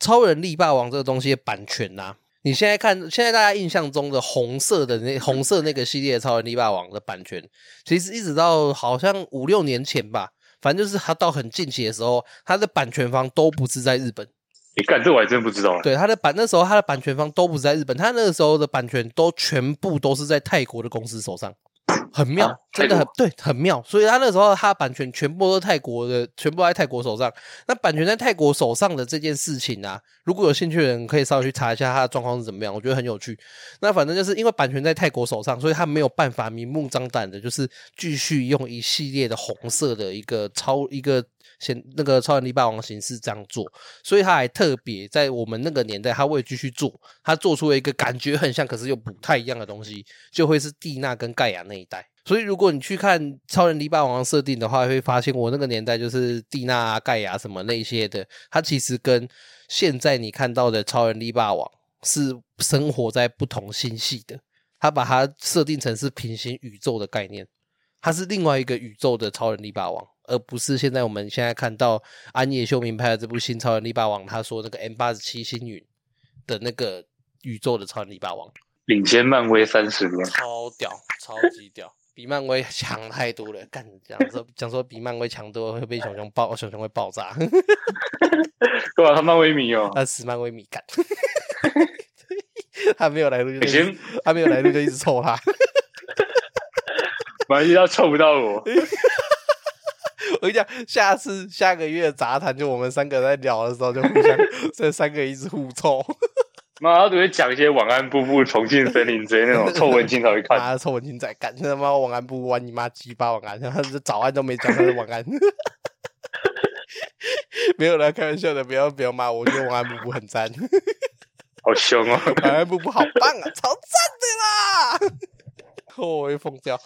[SPEAKER 1] 超人力霸王这个东西的版权呐、你现在看，现在大家印象中的红色的那红色那个系列《超人力霸王》的版权，其实一直到好像五六年前吧，反正就是它到很近期的时候，它的版权方都不是在日本。
[SPEAKER 2] 你干这我还真不知道了。欸
[SPEAKER 1] 对，它的版那时候它的版权方都不是在日本，它那个时候的版权都全部都是在泰国的公司手上，很妙，
[SPEAKER 2] 啊
[SPEAKER 1] 真的很对，很妙。所以它那时候它的版权全部都是泰国的，全部都在泰国手上。那版权在泰国手上的这件事情啊，如果有兴趣的人可以稍微去查一下它的状况是怎么样，我觉得很有趣。那反正就是因为版权在泰国手上，所以他没有办法明目张胆的，就是继续用一系列的红色的一个超一个显那个超人力霸王的形式这样做，所以他还特别在我们那个年代，他为了继续做，他做出了一个感觉很像，可是又不太一样的东西，就会是蒂娜跟盖亚那一代。所以如果你去看超人力霸王的设定的话，会发现我那个年代就是蒂娜、啊、盖亚什么那一些的，它其实跟现在你看到的超人力霸王是生活在不同星系的，他把它设定成是平行宇宙的概念，它是另外一个宇宙的超人力霸王，而不是现在我们现在看到安野秀明拍的这部新超人力霸王，他说那个 M 八十七星云的那个宇宙的超人力霸王，
[SPEAKER 2] 领先漫威三十年，
[SPEAKER 1] 超屌，超级屌。比漫威强太多了，干讲说讲说比漫威强多了会被熊熊爆，熊熊会爆炸， [laughs]
[SPEAKER 2] 对啊，他漫威迷哦。
[SPEAKER 1] 他死漫威米干， [laughs] 他没有来路就
[SPEAKER 2] 以前
[SPEAKER 1] 他没有来路就一直臭他。 [laughs]
[SPEAKER 2] 反正要凑不到
[SPEAKER 1] [laughs]
[SPEAKER 2] 我，
[SPEAKER 1] 我跟你讲，下次下个月杂谈就我们三个在聊的时候，就互相 [laughs] 这三个一直互臭，
[SPEAKER 2] 妈，他只会讲一些晚安步步重庆森林之类那
[SPEAKER 1] [laughs]
[SPEAKER 2] 种臭文青才会看。
[SPEAKER 1] 妈的臭文青仔干，他妈晚安不晚你妈鸡巴晚安，然后就早安都没讲，他就晚安。 [laughs] 没有啦，开玩笑的，不要不要骂我，我觉得晚安布布很赞，
[SPEAKER 2] 好凶哦！ [laughs]
[SPEAKER 1] 晚安布布好棒啊，超赞的啦！哦我会疯掉。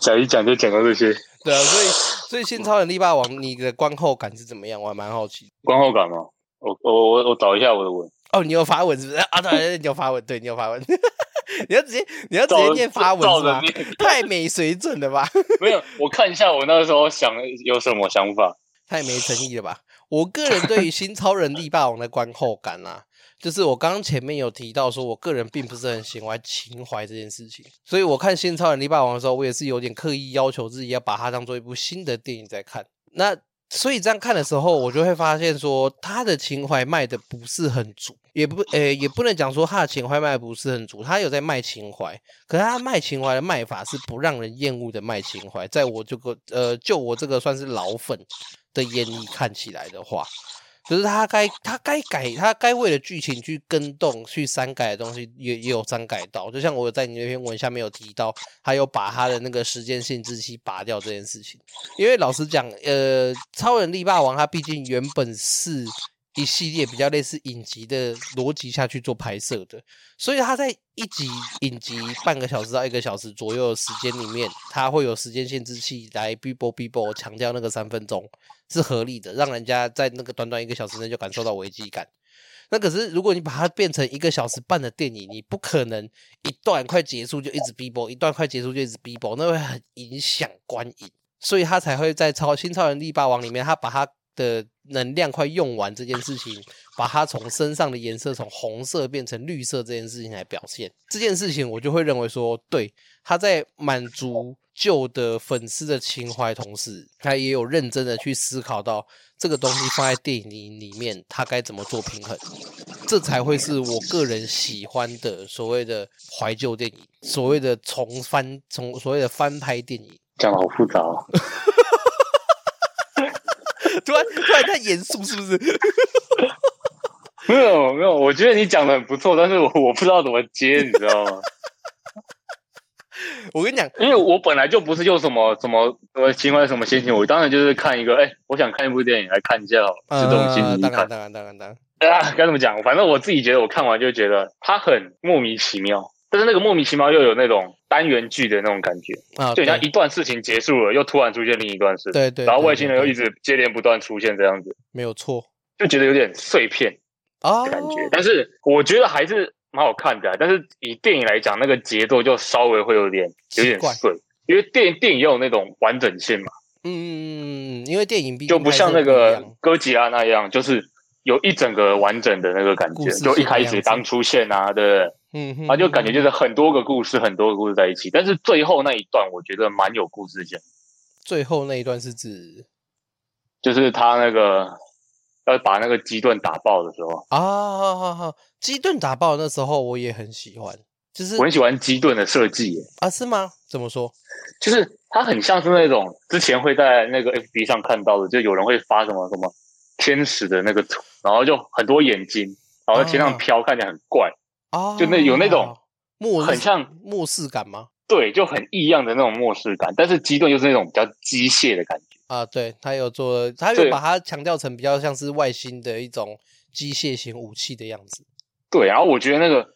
[SPEAKER 2] 讲一讲就讲到这些
[SPEAKER 1] 对啊，所以所以新超人力霸王，你的观后感是怎么样？我还蛮好奇。
[SPEAKER 2] 观后感嘛。我我我我找一下我的文，
[SPEAKER 1] 哦，你有发文是不是？啊，对，你有发文，对你有发文。 [laughs] 你要直接你要直接
[SPEAKER 2] 照
[SPEAKER 1] 念发文
[SPEAKER 2] 照
[SPEAKER 1] 是吧
[SPEAKER 2] 着？念。
[SPEAKER 1] 太没水准了吧？
[SPEAKER 2] 没有，我看一下我那时候想有什么想法。
[SPEAKER 1] 太没诚意了吧？我个人对于新超人力霸王的观后感啊，就是我刚刚前面有提到说，我个人并不是很喜欢情怀这件事情，所以我看新超人力霸王的时候，我也是有点刻意要求自己要把它当做一部新的电影在看。那所以这样看的时候，我就会发现说，他的情怀卖的不是很足，也不呃也不能讲说他的情怀卖的不是很足，他有在卖情怀，可是他卖情怀的卖法是不让人厌恶的卖情怀，在我这个呃就我这个算是老粉的眼里看起来的话，就是他该他该改他该为了剧情去跟动去删改的东西也也有删改到，就像我在你那篇文下面有提到，还有把他的那个时间限制期拔掉这件事情。因为老实讲，呃，超人力霸王它毕竟原本是一系列比较类似影集的逻辑下去做拍摄的，所以它在一集影集半个小时到一个小时左右的时间里面，它会有时间限制器来 bibo bibo 强调那个三分钟是合理的，让人家在那个短短一个小时内就感受到危机感。那可是，如果你把它变成一个小时半的电影，你不可能一段快结束就一直逼迫，一段快结束就一直逼迫，那会很影响观影。所以他才会在超新超人力霸王里面，他把他的能量快用完这件事情，把他从身上的颜色从红色变成绿色这件事情来表现。这件事情我就会认为说，对，他在满足旧的粉丝的情怀同时，他也有认真的去思考到这个东西放在电影里里面，他该怎么做平衡，这才会是我个人喜欢的所谓的怀旧电影，所谓的重翻从所谓的翻拍电影。
[SPEAKER 2] 讲的好复杂哦，
[SPEAKER 1] 突然突然太严肃是不是？
[SPEAKER 2] [laughs] 没有没有，我觉得你讲的很不错，但是我 [laughs] 我不知道怎么接，你
[SPEAKER 1] [laughs]
[SPEAKER 2] 知道吗？
[SPEAKER 1] 我跟你讲，
[SPEAKER 2] 因为我本来就不是用什么什么什么情怀什么心情，我当然就是看一个，哎、我想看一部电影来看一下好了，这种心
[SPEAKER 1] 呃
[SPEAKER 2] 情
[SPEAKER 1] 当
[SPEAKER 2] 看
[SPEAKER 1] 然当然当然当然，
[SPEAKER 2] 啊， [laughs] 该怎么讲？反正我自己觉得，我看完就觉得它很莫名其妙，但是那个莫名其妙又有那种单元剧的那种感觉，
[SPEAKER 1] 啊，
[SPEAKER 2] 就
[SPEAKER 1] 对
[SPEAKER 2] 人家一段事情结束了，又突然出现另一段事，
[SPEAKER 1] 对对，
[SPEAKER 2] 然后
[SPEAKER 1] 对
[SPEAKER 2] 外星人又
[SPEAKER 1] 对
[SPEAKER 2] 一直接连不断出现这样子，
[SPEAKER 1] 没有错
[SPEAKER 2] 就觉得有点碎片
[SPEAKER 1] 啊，
[SPEAKER 2] 的感觉。但是我觉得还是蛮好看的啊、但是以电影来讲，那个节奏就稍微会有点有
[SPEAKER 1] 奇
[SPEAKER 2] 点
[SPEAKER 1] 怪
[SPEAKER 2] 碎，因为电电影也有那种完整性嘛。
[SPEAKER 1] 嗯，因为电影毕竟
[SPEAKER 2] 就不像那
[SPEAKER 1] 拍摄
[SPEAKER 2] 个
[SPEAKER 1] 一样
[SPEAKER 2] 哥吉拉那样，就是有一整个完整的那个感
[SPEAKER 1] 故
[SPEAKER 2] 觉，
[SPEAKER 1] 事
[SPEAKER 2] 就一
[SPEAKER 1] 是那
[SPEAKER 2] 开
[SPEAKER 1] 样子
[SPEAKER 2] 始刚出现啊，对不对？
[SPEAKER 1] 嗯哼，
[SPEAKER 2] 他就感觉就是很多个故事，很多个故事在一起，但是最后那一段我觉得蛮有故事性，
[SPEAKER 1] 最后那一段是指
[SPEAKER 2] 就是他那个要把那个鸡盾打爆的时候，
[SPEAKER 1] 啊，好好好，鸡盾打爆那时候我也很喜欢，就是
[SPEAKER 2] 我很喜欢鸡盾的设计耶，
[SPEAKER 1] 啊是吗？怎么说？
[SPEAKER 2] 就是它很像是那种之前会在那个 FB 上看到的，就有人会发什么什么天使的那个图，然后就很多眼睛，然后在天上飘，看起来很怪，
[SPEAKER 1] 啊，
[SPEAKER 2] 就那有那种
[SPEAKER 1] 末
[SPEAKER 2] 很像
[SPEAKER 1] 末世感吗？
[SPEAKER 2] 对，就很异样的那种漠视感，但是鸡盾又是那种比较机械的感觉。
[SPEAKER 1] 啊，对他有做，他有
[SPEAKER 2] 对
[SPEAKER 1] 把它强调成比较像是外星的一种机械型武器的样子，
[SPEAKER 2] 对，然后我觉得那个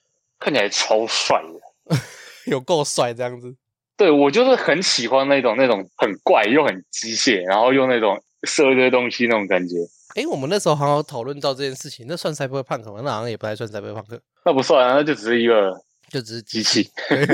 [SPEAKER 2] 看起来超帅的。
[SPEAKER 1] [laughs] 有够帅这样子。
[SPEAKER 2] 对我就是很喜欢那种那种很怪又很机械，然后又那种射一堆东西那种感觉。
[SPEAKER 1] 诶，我们那时候好像有讨论到这件事情，那算 cyberpunk 吗？那好像也不太算 cyberpunk，
[SPEAKER 2] 那不算啊，那就只是一个
[SPEAKER 1] 就只是
[SPEAKER 2] 机器。 [laughs]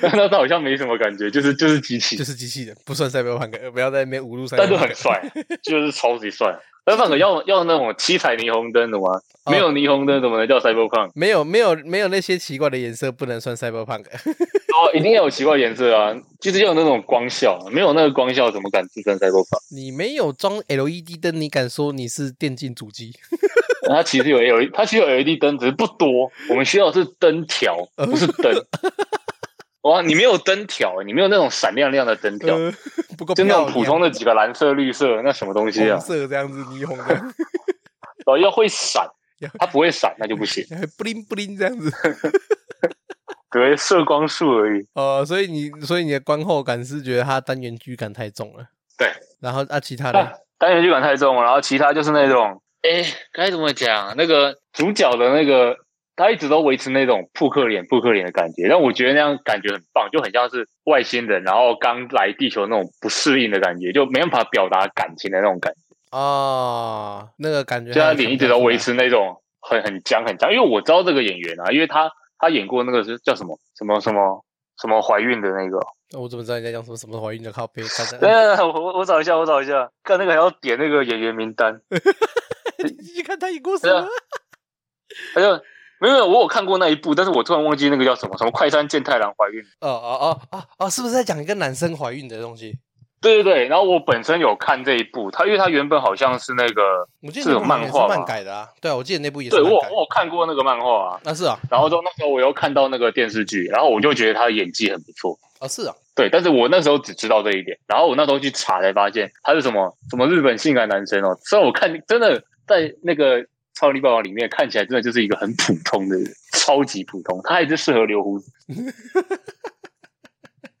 [SPEAKER 2] 那那好像没什么感觉，就是就是机器
[SPEAKER 1] 就，是机器人，不算 cyberpunk，呃不要在那边侮辱 cyberpunk。
[SPEAKER 2] 但是很帅，就是超级帅。那反正要要那种七彩霓虹灯的吗？
[SPEAKER 1] 哦
[SPEAKER 2] 没有霓虹灯怎么能叫 cyberpunk？
[SPEAKER 1] [laughs] 没有没有没有那些奇怪的颜色不能算 cyberpunk。 [laughs]
[SPEAKER 2] 哦，一定要有奇怪颜色啊，就是要有那种光效，没有那个光效怎么敢自称 cyberpunk？
[SPEAKER 1] 你没有装 LED 灯，你敢说你是电竞主机？
[SPEAKER 2] 它其实有 LED，它其实有 LED 灯，只是不多。我们需要的是灯条，
[SPEAKER 1] 哦
[SPEAKER 2] 不是灯。哇，你没有灯条，你没有那种闪亮亮的灯条，
[SPEAKER 1] 呃，不够
[SPEAKER 2] 就
[SPEAKER 1] 漂
[SPEAKER 2] 那
[SPEAKER 1] 亮。
[SPEAKER 2] 种普通的几个蓝色、绿色，那什么东西啊
[SPEAKER 1] 红？色这样子，霓虹的， [laughs]
[SPEAKER 2] 然后要会闪
[SPEAKER 1] 哦要，
[SPEAKER 2] 它不会闪那就不行，
[SPEAKER 1] 还布灵布灵这样子。 [laughs]
[SPEAKER 2] 只会射光束而已。
[SPEAKER 1] 呃，所以你所以你的观后感是觉得它单元剧感太重了。
[SPEAKER 2] 对，
[SPEAKER 1] 然后啊，其他
[SPEAKER 2] 但
[SPEAKER 1] 的
[SPEAKER 2] 单元剧感太重了，然后其他就是那种，哎，该怎么讲？那个主角的那个，他一直都维持那种扑克脸、扑克脸的感觉，但我觉得那样感觉很棒，就很像是外星人，然后刚来地球那种不适应的感觉，就没办法表达感情的那种感觉，
[SPEAKER 1] 啊、哦那个感觉
[SPEAKER 2] 就
[SPEAKER 1] 还
[SPEAKER 2] 他
[SPEAKER 1] 有
[SPEAKER 2] 脸一
[SPEAKER 1] 强调
[SPEAKER 2] 直都
[SPEAKER 1] 出来
[SPEAKER 2] 维持那种很很僵、很僵。因为我知道这个演员啊，因为他他演过那个是叫什么什么什么什么怀孕的 [laughs] 那个，
[SPEAKER 1] 那我怎么知道你在讲什么什么怀孕的靠背？看着
[SPEAKER 2] 嗯，我我找一下，我找一下，看那个还要点那个演员名单。
[SPEAKER 1] [laughs] 你去看他演过什
[SPEAKER 2] 对啊
[SPEAKER 1] 么？
[SPEAKER 2] 他就没有没有，我有看过那一部，但是我突然忘记那个叫什么什么快山健太郎怀孕。
[SPEAKER 1] 哦哦哦哦哦，是不是在讲一个男生怀孕的东西？
[SPEAKER 2] 对对对，然后我本身有看这一部，他因为他原本好像是那个，
[SPEAKER 1] 我记得
[SPEAKER 2] 是
[SPEAKER 1] 那
[SPEAKER 2] 有
[SPEAKER 1] 部好像
[SPEAKER 2] 漫
[SPEAKER 1] 也
[SPEAKER 2] 画
[SPEAKER 1] 是漫
[SPEAKER 2] 吧
[SPEAKER 1] 改的啊，对啊，我记得那部也是
[SPEAKER 2] 对我
[SPEAKER 1] 漫
[SPEAKER 2] 有
[SPEAKER 1] 改。
[SPEAKER 2] 我有看过那个漫画啊，
[SPEAKER 1] 啊是啊，
[SPEAKER 2] 然后就那时候我又看到那个电视剧，然后我就觉得他的演技很不错。
[SPEAKER 1] 啊是啊，
[SPEAKER 2] 对，但是我那时候只知道这一点，然后我那时候去查才发现他是什么什么日本性感男生哦。虽然我看真的在那个超能力霸王里面看起来真的就是一个很普通的人，超级普通，他还是适合留胡子。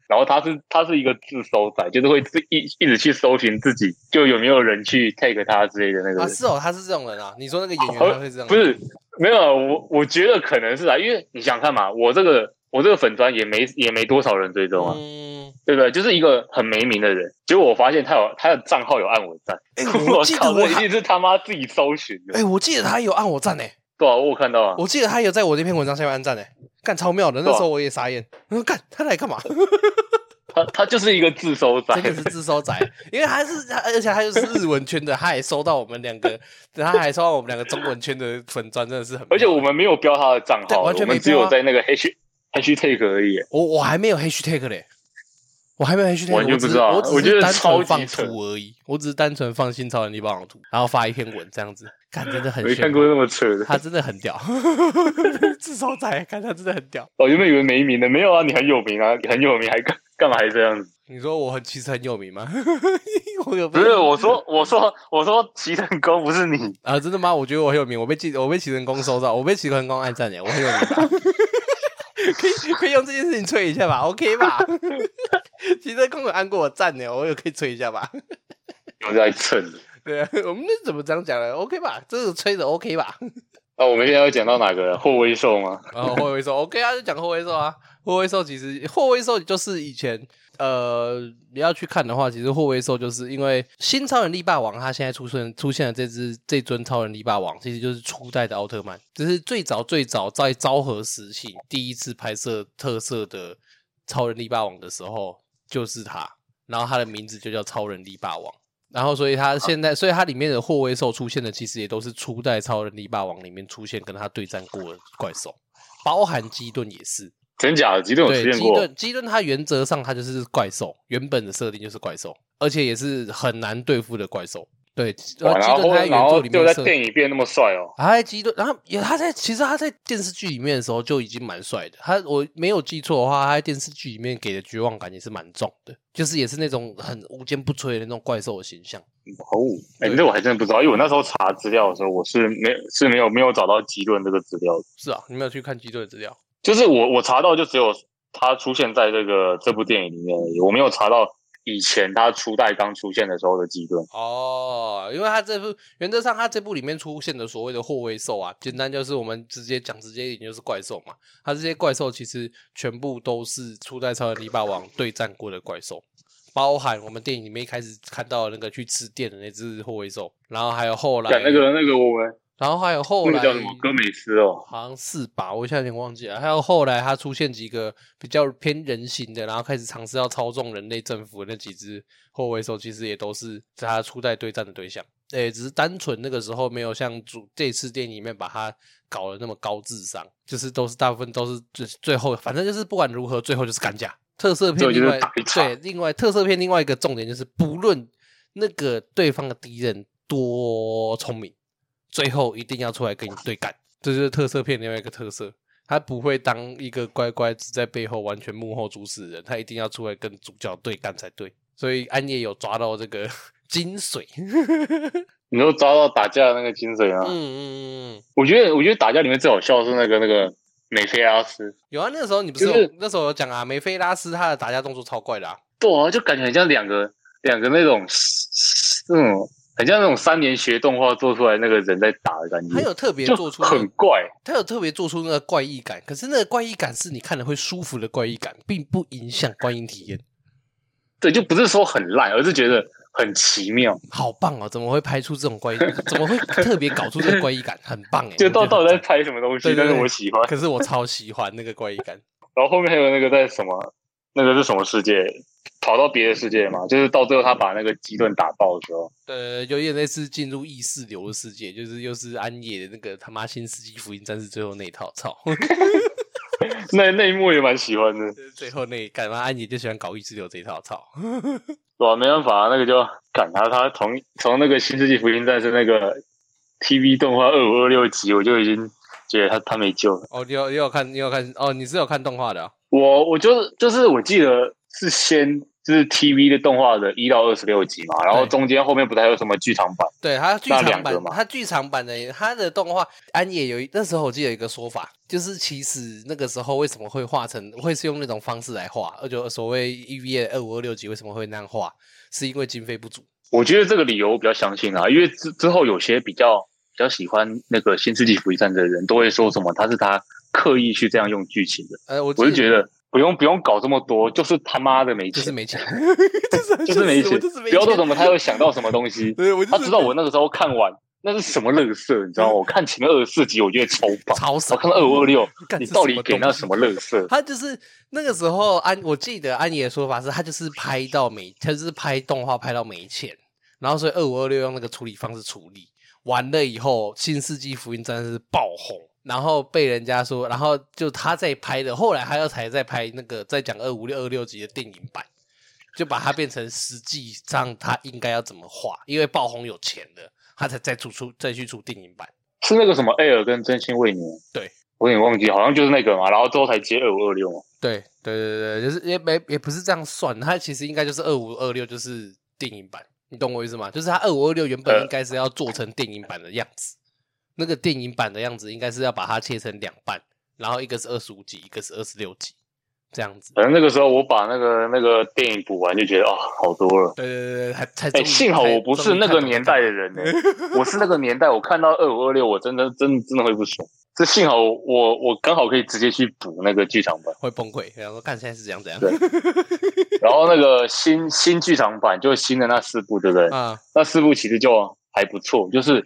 [SPEAKER 2] 然后他是他是一个自搜仔，就是会自一一直去搜寻自己就有没有人去 take 他之类的那个
[SPEAKER 1] 啊
[SPEAKER 2] 人。
[SPEAKER 1] 是哦，他是这种人啊。你说那个演员
[SPEAKER 2] 好
[SPEAKER 1] 他会这样？
[SPEAKER 2] 哦不是，没有啊，我我觉得可能是啊，因为你想看嘛，我这个我这个粉砖也没也没多少人追踪啊。 [laughs]
[SPEAKER 1] 嗯，
[SPEAKER 2] 对不对？就是一个很没名的人，结果我发现他有他的账号有按我赞，
[SPEAKER 1] 哎
[SPEAKER 2] [laughs] 我
[SPEAKER 1] 我记得
[SPEAKER 2] 靠，
[SPEAKER 1] 我
[SPEAKER 2] 这一
[SPEAKER 1] 还
[SPEAKER 2] 定是他妈自己搜寻的
[SPEAKER 1] 哎，，我记得他有按我赞呢，欸
[SPEAKER 2] 对啊，我有看到啊，
[SPEAKER 1] 我记得他有在我那篇文章下面按赞呢，欸干超妙的。那
[SPEAKER 2] 对啊
[SPEAKER 1] 时候我也傻眼，我说干他来干嘛？
[SPEAKER 2] 他他就是一个自搜仔
[SPEAKER 1] 真，的是自收仔，因为他是他，而且他又是日文圈的，他还收到我们两个，他还收到我们两个中文圈的粉砖，真的是很妙。
[SPEAKER 2] 而且我们没有标他的账
[SPEAKER 1] 对
[SPEAKER 2] 号，
[SPEAKER 1] 完全
[SPEAKER 2] 我们
[SPEAKER 1] 没
[SPEAKER 2] 只
[SPEAKER 1] 标啊
[SPEAKER 2] 有在那个 hash hashtag [laughs] 而已，
[SPEAKER 1] 我我还没有 hashtag 嘞，我还没有 hashtag，
[SPEAKER 2] 完全
[SPEAKER 1] 只
[SPEAKER 2] 不知道啊
[SPEAKER 1] 我只
[SPEAKER 2] 我觉
[SPEAKER 1] 是
[SPEAKER 2] 得
[SPEAKER 1] 单
[SPEAKER 2] 超
[SPEAKER 1] 纯
[SPEAKER 2] 级
[SPEAKER 1] 放
[SPEAKER 2] 扯
[SPEAKER 1] 图而已，我只是单纯放新超人力霸王图，然后发一篇文这样子，看真的很
[SPEAKER 2] 没
[SPEAKER 1] 炫
[SPEAKER 2] 看过，那么扯的。
[SPEAKER 1] 他真的很屌， [laughs] 自烧仔，看他真的很屌。
[SPEAKER 2] 哦我原本以为没名的，没有啊，你很有名啊，你很有名，还干干嘛还这样子？
[SPEAKER 1] 你说我很其实很有名吗？ [laughs] 我有
[SPEAKER 2] 不
[SPEAKER 1] 被
[SPEAKER 2] 是，我说我说我说齐藤公不是你，
[SPEAKER 1] 啊，真的吗？我觉得我很有名，我被记，我被齐成功收到，我被齐成功暗赞耶，我很有名吧？ [laughs] 可以可以用这件事情吹一下吧，OK 吧？ [laughs] 齐成功有按过我赞呢，我也可以吹一下吧？
[SPEAKER 2] [laughs]
[SPEAKER 1] [laughs]
[SPEAKER 2] 我在蹭。
[SPEAKER 1] 对啊，我们那怎么这样讲呢 o k 吧？这个吹的 OK 吧？
[SPEAKER 2] 那我们现在要讲到哪个了？霍威兽吗？
[SPEAKER 1] 然后后卫兽 OK 啊，就讲后卫兽啊。后卫兽其实后卫兽就是以前呃，你要去看的话，其实后卫兽就是因为新超人力霸王，它现在出现出现的这只这尊超人力霸王，其实就是初代的奥特曼，这是最早最早在昭和时期第一次拍摄特色的超人力霸王的时候，就是它，然后它的名字就叫超人力霸王。然后，所以他现在，所以他里面的霍威兽出现的，其实也都是初代超人力霸王里面出现跟他对战过的怪兽，包含基顿也是。
[SPEAKER 2] 真假的，几顿有
[SPEAKER 1] 对，
[SPEAKER 2] 出现
[SPEAKER 1] 基
[SPEAKER 2] 过？
[SPEAKER 1] 顿基顿它原则上它就是怪兽，原本的设定就是怪兽，而且也是很难对付的怪兽。对，
[SPEAKER 2] 哇
[SPEAKER 1] 而基
[SPEAKER 2] 然
[SPEAKER 1] 顿
[SPEAKER 2] 后
[SPEAKER 1] 它在
[SPEAKER 2] 然
[SPEAKER 1] 原作
[SPEAKER 2] 后
[SPEAKER 1] 里
[SPEAKER 2] 就
[SPEAKER 1] 面
[SPEAKER 2] 在
[SPEAKER 1] 设，
[SPEAKER 2] 电影变那么帅哦，
[SPEAKER 1] 哎，基顿，然后也他在其实他在电视剧里面的时候就已经蛮帅的。他我没有记错的话，他在电视剧里面给的绝望感也是蛮重的，就是也是那种很无坚不摧的那种怪兽的形象。
[SPEAKER 2] 哦，
[SPEAKER 3] 哎、这我还真的不知道，因为我那时候查资料的时候，我是没是没有没有找到基顿这个资料的，
[SPEAKER 1] 是啊，你没有去看基顿的资料？
[SPEAKER 3] 就是我我查到就只有他出现在这个这部电影里面而已，我没有查到以前他初代刚出现的时候的基顿。
[SPEAKER 1] 哦，因为他这部原则上他这部里面出现的所谓的霍威兽啊，简单就是我们直接讲直接一点就是怪兽嘛。他这些怪兽其实全部都是初代超人力霸王对战过的怪兽，包含我们电影里面一开始看到的那个去吃电的那只霍威兽，然后还有后来
[SPEAKER 2] 讲那个那个我们
[SPEAKER 1] 然后还有后
[SPEAKER 2] 那
[SPEAKER 1] 来
[SPEAKER 2] 个叫什么戈美斯哦，
[SPEAKER 1] 好像是吧，我一下有点忘记了。还有后来他出现几个比较偏人形的，然后开始尝试要操纵人类政府的那几只后卫兽，其实也都是他初代对战的对象。诶，只是单纯那个时候没有像主这次电影里面把它搞得那么高智商，就是都是大部分都是最最后，反正就是不管如何，最后就是干架。特色片
[SPEAKER 2] 对就
[SPEAKER 1] 另
[SPEAKER 2] 是
[SPEAKER 1] 外
[SPEAKER 2] 打一场
[SPEAKER 1] 对另外特色片另外一个重点就是，不论那个对方的敌人多聪明，最后一定要出来跟你对干，这就是特色片另外一个特色。他不会当一个乖乖只在背后完全幕后主使的人，他一定要出来跟主角对干才对。所以安野有抓到这个 [laughs] 精
[SPEAKER 2] [laughs]
[SPEAKER 1] 髓，
[SPEAKER 2] 你都抓到打架的那个精髓
[SPEAKER 1] 嗯
[SPEAKER 2] 啊！
[SPEAKER 1] 嗯嗯嗯，
[SPEAKER 2] 我觉得我觉得打架里面最好笑的是那个那个美菲阿斯，
[SPEAKER 1] 有啊，那时候你不是有、
[SPEAKER 2] 就是
[SPEAKER 1] 那时候有讲啊，梅菲拉斯他的打架动作超怪的、啊，
[SPEAKER 2] 对啊，就感觉很像两个两个那种那
[SPEAKER 3] 嗯
[SPEAKER 2] 种很像那种三年学动画做出来那个人在打的感
[SPEAKER 1] 他
[SPEAKER 2] 觉，
[SPEAKER 1] 有特别
[SPEAKER 2] 就
[SPEAKER 1] 做出那个
[SPEAKER 2] 很怪。
[SPEAKER 1] 他有特别做出那个怪异感，可是那个怪异感是你看了会舒服的怪异感，并不影响观影体验。
[SPEAKER 2] 对，就不是说很烂，而是觉得很奇妙。
[SPEAKER 1] 好棒哦！怎么会拍出这种怪异？怎么会特别搞出这个怪异感？很棒哎！
[SPEAKER 2] [laughs] 就到
[SPEAKER 1] 我觉得
[SPEAKER 2] 到底
[SPEAKER 1] 很
[SPEAKER 2] 在
[SPEAKER 1] 赞
[SPEAKER 2] 拍什么东
[SPEAKER 1] 对
[SPEAKER 2] 西，
[SPEAKER 1] 对
[SPEAKER 2] 但
[SPEAKER 1] 对
[SPEAKER 2] 是我喜欢。
[SPEAKER 1] 可是我超喜欢那个怪异感。
[SPEAKER 2] 然后后面还有那个在什么，那个是什么世界？跑到别的世界嘛？就是到最后他把那个基顿打爆的时候，
[SPEAKER 1] 呃，有点类似进入意识流的世界，就是又是安野的那个他妈新世纪福音战士最后那一套，操！ [laughs]
[SPEAKER 2] 那那一幕也蛮喜欢的，
[SPEAKER 1] 就是最后那干嘛安野就喜欢搞意识流这一套， [laughs] 操！
[SPEAKER 2] 对吧、没办法、啊那个就赶他，他从从那个《新世纪福音战士》那个 TV 动画二五二六集，我就已经觉得他他没救了。
[SPEAKER 1] 哦，你有你有看你有看哦，你是有看动画的哦、
[SPEAKER 2] 我我就是就是我记得是先就是 TV 的动画的一到二十六集嘛，然后
[SPEAKER 1] 对
[SPEAKER 2] 中间后面不太有什么剧场版。
[SPEAKER 1] 对他剧
[SPEAKER 2] 那
[SPEAKER 1] 场
[SPEAKER 2] 两个
[SPEAKER 1] 版，
[SPEAKER 2] 嘛
[SPEAKER 1] 他剧场版的他的动画，安野有一那时候我记得有一个说法，就是其实那个时候为什么会画成，会是用那种方式来画，而就所谓 EVA 二五二六集为什么会那样画，是因为经费不足。
[SPEAKER 2] 我觉得这个理由我比较相信啊，因为之之后有些比较比较喜欢那个《新世纪福音战》的人都会说什么他是他刻意去这样用剧情的，
[SPEAKER 1] 呃，我
[SPEAKER 2] 我就
[SPEAKER 1] 记
[SPEAKER 2] 觉得不用不用搞这么多，就是他妈的没
[SPEAKER 1] 就
[SPEAKER 2] 钱，
[SPEAKER 1] 是没
[SPEAKER 2] [laughs]
[SPEAKER 1] 钱， [laughs] 就是
[SPEAKER 2] 就是没
[SPEAKER 1] 我
[SPEAKER 2] 钱，
[SPEAKER 1] 就是没
[SPEAKER 2] 不要说
[SPEAKER 1] 钱，
[SPEAKER 2] 什么他又想到什么东西
[SPEAKER 1] 对，我 [laughs] 就
[SPEAKER 2] 他
[SPEAKER 1] 是
[SPEAKER 2] 知道我那个时候看完那是什么乐色，你知道吗？我看前面二十四集，我觉得超棒，
[SPEAKER 1] 超
[SPEAKER 2] 我
[SPEAKER 1] 少，
[SPEAKER 2] 看到二五二六，
[SPEAKER 1] 干
[SPEAKER 2] 你
[SPEAKER 1] 是
[SPEAKER 2] 到
[SPEAKER 1] 什
[SPEAKER 2] 底
[SPEAKER 1] 么
[SPEAKER 2] 给那
[SPEAKER 1] 东西
[SPEAKER 2] 什么
[SPEAKER 1] [laughs]
[SPEAKER 2] 乐色？
[SPEAKER 1] 他就是那个时候安，我记得安野的说法是，他就是拍到没，他就是拍动画拍到没钱，然后所以二五二六用那个处理方式处理完了以后，《新世纪福音战士》爆红，然后被人家说，然后就他在拍的，后来他又才在拍那个在讲二五六二六集的电影版，就把它变成实际上他应该要怎么画，因为爆红有钱了，他才再出出再去出电影版。
[SPEAKER 2] 是那个什么艾尔跟真心为你，
[SPEAKER 1] 对
[SPEAKER 2] 我有点忘记，好像就是那个嘛，然后最后才接二五二六嘛。
[SPEAKER 1] 对对对对，就是也没也不是这样算，它其实应该就是二五二六就是电影版，你懂我意思吗？就是它二五二六原本
[SPEAKER 2] 呃
[SPEAKER 1] 应该是要做成电影版的样子，那个电影版的样子应该是要把它切成两半，然后一个是二十五集，一个是二十六集，这样子。
[SPEAKER 2] 反正那个时候我把那个那个电影补完，就觉得啊、好多了。
[SPEAKER 1] 对对对对，还才
[SPEAKER 2] 哎、
[SPEAKER 1] 终于
[SPEAKER 2] 幸好我不
[SPEAKER 1] 终
[SPEAKER 2] 是
[SPEAKER 1] 于
[SPEAKER 2] 那
[SPEAKER 1] 看
[SPEAKER 2] 个
[SPEAKER 1] 懂
[SPEAKER 2] 年代的人呢、 [laughs] 我是那个年代，我看到二五二六，我真的真的真的会不爽。这幸好我我我刚好可以直接去补那个剧场
[SPEAKER 1] [laughs]
[SPEAKER 2] 版，
[SPEAKER 1] 会崩溃，然后说看现在是怎样怎样
[SPEAKER 2] 对然后那个新新剧场版就新的那四部，对不对？
[SPEAKER 1] 啊，
[SPEAKER 2] 那四部其实就还不错，就是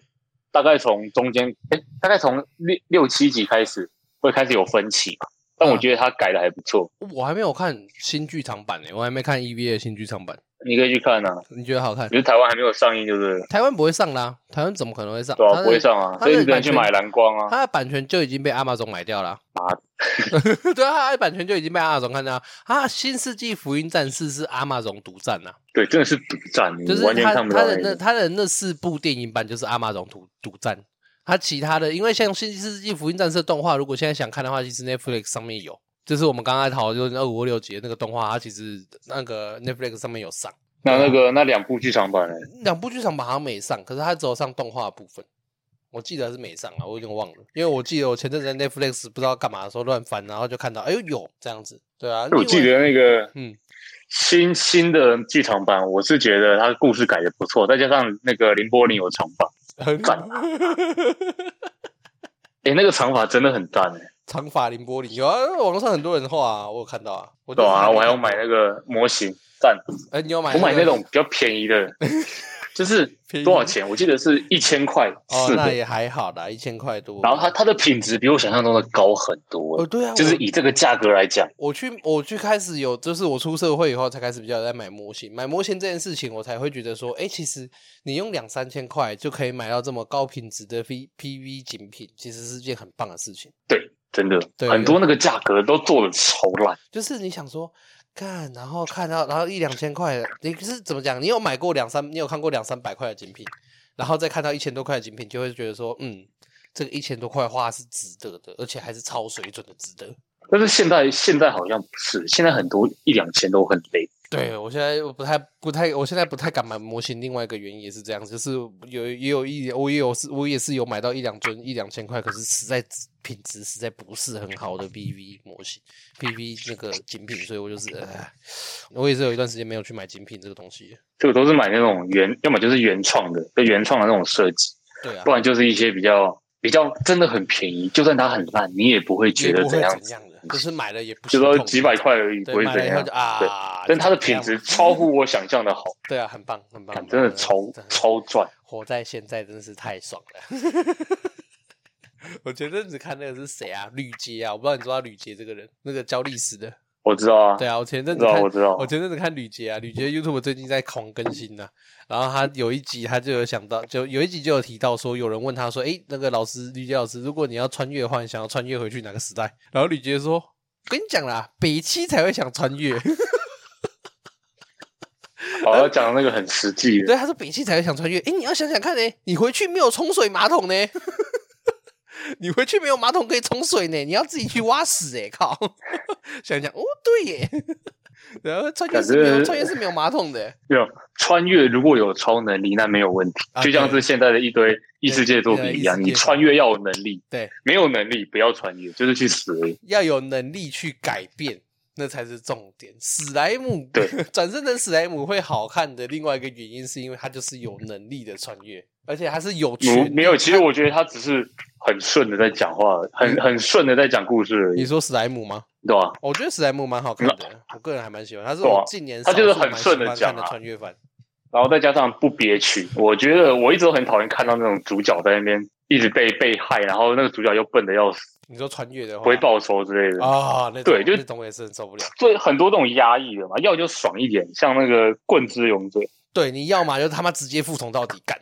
[SPEAKER 2] 大概从中间，哎、大概从六六七集开始会开始有分歧嘛，
[SPEAKER 1] 啊
[SPEAKER 2] 但我觉得他改的还不错。
[SPEAKER 1] 我还没有看新剧场版呢、我还没看 EVA E 的新剧场版。
[SPEAKER 2] 你可以去看啊，
[SPEAKER 1] 你觉得好看？
[SPEAKER 2] 只是台湾还没有上映，就是
[SPEAKER 1] 台湾不会上啦，台湾怎么可能会上？
[SPEAKER 2] 对
[SPEAKER 1] 它
[SPEAKER 2] 啊，
[SPEAKER 1] 的
[SPEAKER 2] 不会上啊，
[SPEAKER 1] 它
[SPEAKER 2] 所以
[SPEAKER 1] 是
[SPEAKER 2] 你只能去
[SPEAKER 1] 版权
[SPEAKER 2] 买蓝光啊。
[SPEAKER 1] 它的版权就已经被阿玛总买掉了
[SPEAKER 2] 妈
[SPEAKER 1] 啊。 [laughs] 对啊，它的版权就已经被阿玛总看掉了。啊，《新世纪福音战士》是阿玛总独占呐，
[SPEAKER 2] 对，真的是独占，你
[SPEAKER 1] 就是
[SPEAKER 2] 嗯完全
[SPEAKER 1] 他
[SPEAKER 2] 看不
[SPEAKER 1] 他
[SPEAKER 2] 到
[SPEAKER 1] 的
[SPEAKER 2] 那
[SPEAKER 1] 那
[SPEAKER 2] 个。
[SPEAKER 1] 他的那四部电影版就是阿玛总独独占。他其他的，因为像《新世纪福音战士》的动画，如果现在想看的话，其实 Netflix 上面有，就是我们刚刚讨论二五六集的那个动画，它其实那个 Netflix 上面有上。
[SPEAKER 2] 那那个那两部剧场版呢？欸
[SPEAKER 1] 两部剧场版好像没上，可是它只有上动画的部分，我记得是没上啊，我有点忘了，因为我记得我前阵子在 Netflix 不知道干嘛的时候乱翻，然后就看到，哎呦有这样子，对啊，
[SPEAKER 2] 哎我记得那个
[SPEAKER 1] 嗯
[SPEAKER 2] 新新的剧场版，我是觉得它故事改的不错，再加上那个林波林有长发，
[SPEAKER 1] 很
[SPEAKER 2] 赞诶，欸那个长发真的很赞
[SPEAKER 1] [laughs]
[SPEAKER 2] 诶。欸
[SPEAKER 1] 长发凌波丽有啊，网络上很多人画啊，我有看到啊，我就
[SPEAKER 2] 对
[SPEAKER 1] 是
[SPEAKER 2] 啊，
[SPEAKER 1] 没
[SPEAKER 2] 我还要
[SPEAKER 1] 看过
[SPEAKER 2] 买那个模型，赞！
[SPEAKER 1] 哎、你有买、
[SPEAKER 2] 我买那种比较便宜 [laughs] 的，就是
[SPEAKER 1] 便宜
[SPEAKER 2] 多少钱？我记得是一千块
[SPEAKER 1] 哦
[SPEAKER 2] 四，
[SPEAKER 1] 那
[SPEAKER 2] 个。
[SPEAKER 1] 也还好啦，一千块多，
[SPEAKER 2] 然后它它的品质比我想象中的高很多
[SPEAKER 1] 哦
[SPEAKER 2] 诶，
[SPEAKER 1] 对啊，
[SPEAKER 2] 就是
[SPEAKER 1] 我
[SPEAKER 2] 以这个价格来讲，
[SPEAKER 1] 我去，我去开始有，就是我出社会以后才开始比较有在买模型。买模型这件事情，我才会觉得说，哎，其实你用两三千块就可以买到这么高品质的 P P V 精品，其实是件很棒的事情。
[SPEAKER 2] 真的
[SPEAKER 1] 对
[SPEAKER 2] 很多那个价格都做的超烂。
[SPEAKER 1] 就是你想说，看，然后看到，然后一两千块的，你是怎么讲？你有买过两三，你有看过两三百块的精品，然后再看到一千多块的精品，就会觉得说，嗯，这个一千多块花是值得的，而且还是超水准的值得。
[SPEAKER 2] 但是现在现在好像不是，现在很多一两千都很累。
[SPEAKER 1] 对，我现在我不太不太，我现在不太敢买模型。另外一个原因也是这样，就是有也有一我也有是，我也是有买到一两尊一两千块，可是实在品质实在不是很好的 BV 模型，BV 那个精品，所以我就是、呃，我也是有一段时间没有去买精品这个东西。
[SPEAKER 2] 这个都是买那种原，要么就是原创的，就原创的那种设计，
[SPEAKER 1] 对啊
[SPEAKER 2] 不，然就是一些比较比较真的很便宜，就算它很烂，你也不会觉
[SPEAKER 1] 也
[SPEAKER 2] 得
[SPEAKER 1] 不
[SPEAKER 2] 怎
[SPEAKER 1] 会
[SPEAKER 2] 样
[SPEAKER 1] 怎，样的，就是买了也不
[SPEAKER 2] 就
[SPEAKER 1] 心
[SPEAKER 2] 说
[SPEAKER 1] 痛
[SPEAKER 2] 几百，块而已，不
[SPEAKER 1] 对，
[SPEAKER 2] 会
[SPEAKER 1] 买了
[SPEAKER 2] 怎
[SPEAKER 1] 以后
[SPEAKER 2] 样
[SPEAKER 1] 就。啊，
[SPEAKER 2] 但它的
[SPEAKER 1] 就这
[SPEAKER 2] 品
[SPEAKER 1] 样
[SPEAKER 2] 质
[SPEAKER 1] 嘛
[SPEAKER 2] 超乎我想象的好，
[SPEAKER 1] 对啊，很棒，很棒，很棒
[SPEAKER 2] 真
[SPEAKER 1] 很
[SPEAKER 2] 的
[SPEAKER 1] 棒
[SPEAKER 2] 超
[SPEAKER 1] [laughs] 真的
[SPEAKER 2] 超赚。
[SPEAKER 1] 活在现在真是太爽了。
[SPEAKER 2] [laughs]
[SPEAKER 1] 我前阵子看那个是谁啊？吕杰啊，我不知道你知道吕杰这个人，那个教历史的。
[SPEAKER 2] 我知道啊，
[SPEAKER 1] 对啊，我前阵
[SPEAKER 2] 知
[SPEAKER 1] 子
[SPEAKER 2] 道
[SPEAKER 1] 看，
[SPEAKER 2] 我知道
[SPEAKER 1] 我前阵子看吕杰啊，吕杰 YouTube 最近在狂更新呐、然后他有一集他就有想到，就有一集就有提到说，有人问他说，诶，那个老师吕杰老师，如果你要穿越的话，你想要穿越回去哪个时代？然后吕杰说，跟你讲啦，北七才会想穿越。
[SPEAKER 2] 好要讲那个很实际的，
[SPEAKER 1] 对，他说北汽才会想穿越。诶，你要想想看呢、你回去没有冲水马桶呢、 [laughs] 你回去没有马桶可以冲水呢、你要自己去挖屎哎、靠！ [laughs] 想想哦，对耶， [laughs] 然后穿越是没
[SPEAKER 2] 感
[SPEAKER 1] 有
[SPEAKER 2] 觉
[SPEAKER 1] 穿越是没有马桶的、
[SPEAKER 2] 没有穿越如果有超能力，那没有问题
[SPEAKER 1] 啊，
[SPEAKER 2] 就像
[SPEAKER 1] 对
[SPEAKER 2] 是现在的一堆异世界作品一样，
[SPEAKER 1] 对异世界
[SPEAKER 2] 你穿越要有能力，
[SPEAKER 1] 对，
[SPEAKER 2] 没有能力不要穿越，就是去死而已。
[SPEAKER 1] 要有能力去改变，那才是重点。史莱姆
[SPEAKER 2] 对
[SPEAKER 1] [laughs] 转生成史莱姆会好看的另外一个原因，是因为他就是有能力的穿越，而且他是有
[SPEAKER 2] 我
[SPEAKER 1] 权
[SPEAKER 2] 没有，其实我觉得他只是很顺的在讲话，很很顺的在讲故事而
[SPEAKER 1] 你
[SPEAKER 2] 已，
[SPEAKER 1] 说史莱姆吗？
[SPEAKER 2] 对吧？
[SPEAKER 1] 我觉得史莱姆蛮好看的，我个人还蛮喜欢。它是
[SPEAKER 2] 对啊
[SPEAKER 1] 我近年
[SPEAKER 2] 它就是
[SPEAKER 1] 少数蛮
[SPEAKER 2] 很顺地
[SPEAKER 1] 喜欢
[SPEAKER 2] 讲
[SPEAKER 1] 看的
[SPEAKER 2] 啊
[SPEAKER 1] 穿越番。
[SPEAKER 2] 然后再加上不憋屈，我觉得我一直都很讨厌看到那种主角在那边一直被被害，然后那个主角又笨的要死，
[SPEAKER 1] 你说穿越的话，
[SPEAKER 2] 不会报仇之类的。
[SPEAKER 1] 啊？那种
[SPEAKER 2] 对就
[SPEAKER 1] 那种我也是很受不了。
[SPEAKER 2] 所以很多这种压抑的嘛，要就爽一点，像那个棍之勇者，
[SPEAKER 1] 对，你要嘛就他妈直接复仇到底干。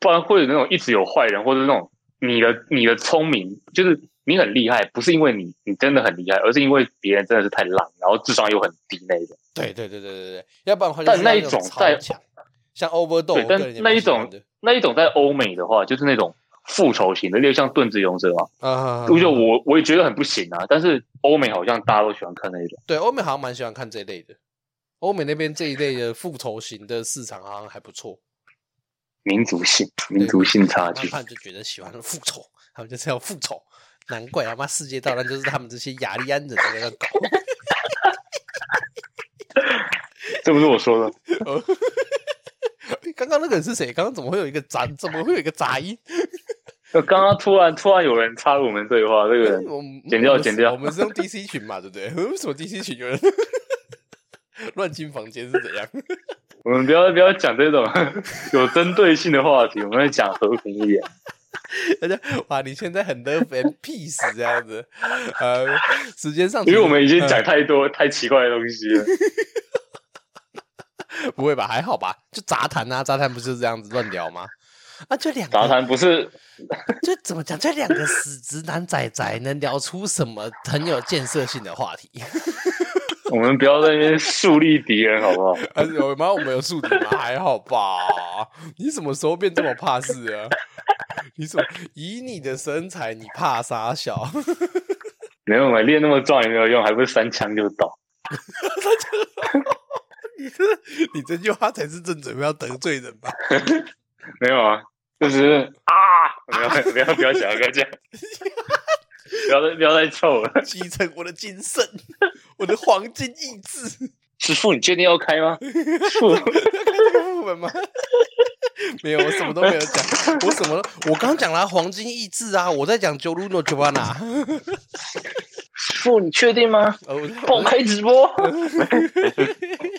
[SPEAKER 2] 不然会有那种一直有坏人，或者那种你的你的聪明，就是你很厉害，不是因为你你真的很厉害，而是因为别人真的是太烂，然后智商又很低那一种。
[SPEAKER 1] 对对对对对对，要不然的话就
[SPEAKER 2] 但
[SPEAKER 1] 是
[SPEAKER 2] 那一
[SPEAKER 1] 那
[SPEAKER 2] 种
[SPEAKER 1] 超
[SPEAKER 2] 在
[SPEAKER 1] 强，像 Overdose，
[SPEAKER 2] 对
[SPEAKER 1] 我
[SPEAKER 2] 但
[SPEAKER 1] 个人也
[SPEAKER 2] 那
[SPEAKER 1] 蛮
[SPEAKER 2] 一
[SPEAKER 1] 喜欢
[SPEAKER 2] 种
[SPEAKER 1] 的
[SPEAKER 2] 那一种在欧美的话，就是那种复仇型的，例如像盾之勇者嘛，
[SPEAKER 1] 啊，
[SPEAKER 2] 我觉得我我也觉得很不行啊。但是欧美好像大家都喜欢看那一种，
[SPEAKER 1] 对欧美好像蛮喜欢看这一类的。欧美那边这一类的复仇型的市场好像还不错，
[SPEAKER 2] 民族性民族性差距
[SPEAKER 1] 他。们就觉得喜欢复仇，他们就是要复仇，难怪他妈世界大战就是他们这些雅利安人在那搞。
[SPEAKER 2] 这不是我说的，
[SPEAKER 1] 哦 [laughs] 刚刚那个人是谁？刚刚怎么会有一个杂？怎么会有一个杂音？
[SPEAKER 2] 就刚刚突然突然有人插入我们 [laughs] 对话，这个人
[SPEAKER 1] [laughs] 我们
[SPEAKER 2] 剪掉
[SPEAKER 1] 我们是
[SPEAKER 2] 剪掉
[SPEAKER 1] 我们是用 DC 群嘛，对不 [laughs] 对？为什么 DC 群有人乱进房间是怎样？ [laughs]
[SPEAKER 2] 我们不要不要讲这种有针对性的话题，我们来讲和平一点。
[SPEAKER 1] 大家哇，你现在很 love and peace 这样子，呃，时间上
[SPEAKER 2] [laughs] 因为我们已经
[SPEAKER 1] 嗯
[SPEAKER 2] 讲太多太奇怪的东西了。
[SPEAKER 1] 不会吧？还好吧？就杂谈啊，杂谈不就是这样子乱聊吗？啊，就两
[SPEAKER 2] 杂
[SPEAKER 1] 个，
[SPEAKER 2] 谈不是
[SPEAKER 1] 就怎么讲？就两个死直男仔仔能聊出什么很有建设性的话题？
[SPEAKER 2] 我们不要在那边树立敌人，好不好？
[SPEAKER 1] 啊，有吗？我们有宿敌吗？还好吧？啊你什么时候变这么怕事啊？你怎么以你的身材，你怕啥小？
[SPEAKER 2] 没有嘛，练那么壮也没有用，还不是三枪就倒。
[SPEAKER 1] 你这你这句话才是正准备要得罪人吧？
[SPEAKER 2] 没有啊，就是啊，没有，不要不要讲，不要讲，不要再不要再臭了。
[SPEAKER 1] 继承我的精神，我的黄金意志。
[SPEAKER 2] 师傅，你确定要开吗？师傅，
[SPEAKER 1] 要看这个副本吗？没有，我什么都没有讲，我什么都我刚讲了、黄金意志啊，我在讲 j o l u n o Giovanna，
[SPEAKER 2] 师傅，你确定吗？
[SPEAKER 1] 呃，我在
[SPEAKER 2] 帮我开直播。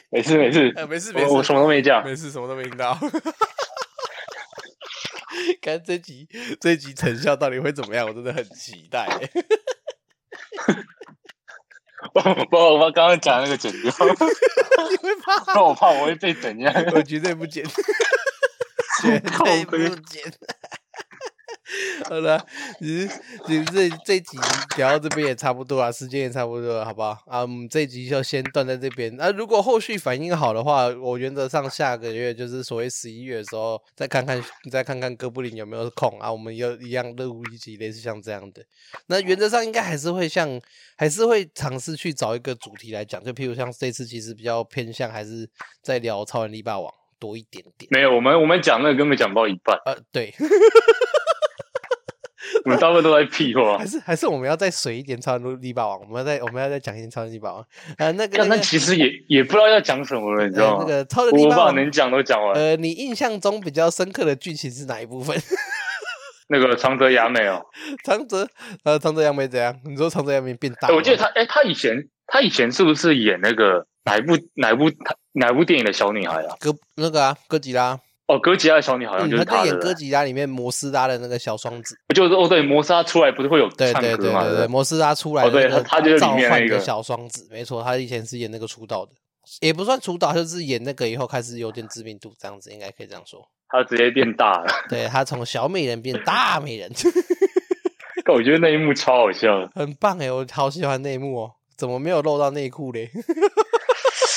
[SPEAKER 2] 没事没事
[SPEAKER 1] 呃，没事没
[SPEAKER 2] 我
[SPEAKER 1] 事，
[SPEAKER 2] 我什么都没讲。
[SPEAKER 1] 没事，什么都没听到。 [laughs] 看这集，这集成效到底会怎么样？我真的很期 [laughs] 待、
[SPEAKER 2] 我把我把刚刚讲那个剪掉， [laughs]
[SPEAKER 1] 你会怕？
[SPEAKER 2] 那我怕我会被怎样？
[SPEAKER 1] 我绝对不剪， [laughs] 绝对不剪。 [laughs] 好了，你你这这集聊到这边也差不多了，时间也差不多了，好不好？啊，我们这集就先断在这边。那、如果后续反应好的话，我原则上下个月就是所谓十一月的时候，再看看再看看哥布林有没有空啊，我们又一样录一集类似像这样的。那原则上应该还是会像，还是会尝试去找一个主题来讲，就譬如像这次其实比较偏向还是在聊超人力霸王多一点点。
[SPEAKER 2] 没有，我们我们讲那个根本讲不到一半，
[SPEAKER 1] 呃，对，
[SPEAKER 2] 哦 [laughs] 我们大部分都在屁话
[SPEAKER 1] 还。是还是我们要再水一点超人力霸王，我们要再我们要再讲一点超人力霸王。呃，那个
[SPEAKER 2] 但
[SPEAKER 1] 那
[SPEAKER 2] 那哦
[SPEAKER 1] 个
[SPEAKER 2] 其实也也不知道要讲什么了，你知
[SPEAKER 1] 呃
[SPEAKER 2] 道
[SPEAKER 1] 那
[SPEAKER 2] 吗？
[SPEAKER 1] 个超人力
[SPEAKER 2] 我
[SPEAKER 1] 霸
[SPEAKER 2] 把
[SPEAKER 1] 王，
[SPEAKER 2] 能讲都讲完。
[SPEAKER 1] 呃，你印象中比较深刻的剧情是哪一部分？
[SPEAKER 2] 那个长泽雅美哦，
[SPEAKER 1] 长泽呃，长泽雅美怎样？你说长泽雅美变大
[SPEAKER 2] 欸
[SPEAKER 1] 了吗？
[SPEAKER 2] 我记得她，哎、她以前她以前是不是演那个哪一部哪一部她哪一部电影的小女孩啊？
[SPEAKER 1] 哥那个啊，哥吉拉，
[SPEAKER 2] 哦，哥吉拉的小女孩好像
[SPEAKER 1] 嗯，
[SPEAKER 2] 就是
[SPEAKER 1] 他
[SPEAKER 2] 她
[SPEAKER 1] 就
[SPEAKER 2] 的
[SPEAKER 1] 演哥
[SPEAKER 2] 人。
[SPEAKER 1] 吉拉里面摩斯拉的那个小双子。
[SPEAKER 2] 就是哦，对，摩杀出来不是会有
[SPEAKER 1] 对
[SPEAKER 2] 唱
[SPEAKER 1] 对
[SPEAKER 2] 歌
[SPEAKER 1] 对
[SPEAKER 2] 嘛？
[SPEAKER 1] 对对，
[SPEAKER 2] 对不对
[SPEAKER 1] 摩斯拉出来
[SPEAKER 2] 哦对
[SPEAKER 1] 的那个
[SPEAKER 2] 他他就是
[SPEAKER 1] 召
[SPEAKER 2] 里面
[SPEAKER 1] 唤
[SPEAKER 2] 那
[SPEAKER 1] 的
[SPEAKER 2] 个
[SPEAKER 1] 小双子，没错，他以前是演那个出道的，也不算出道，就是演那个以后开始有点知名度，这样子应该可以这样说。
[SPEAKER 2] 她直接变大了。 [laughs]
[SPEAKER 1] 对他从小美人变大美人， [laughs]
[SPEAKER 2] 但我觉得那一幕超好笑的，
[SPEAKER 1] 很棒哎，我好喜欢内幕哦，怎么没有露到内裤嘞？ [laughs]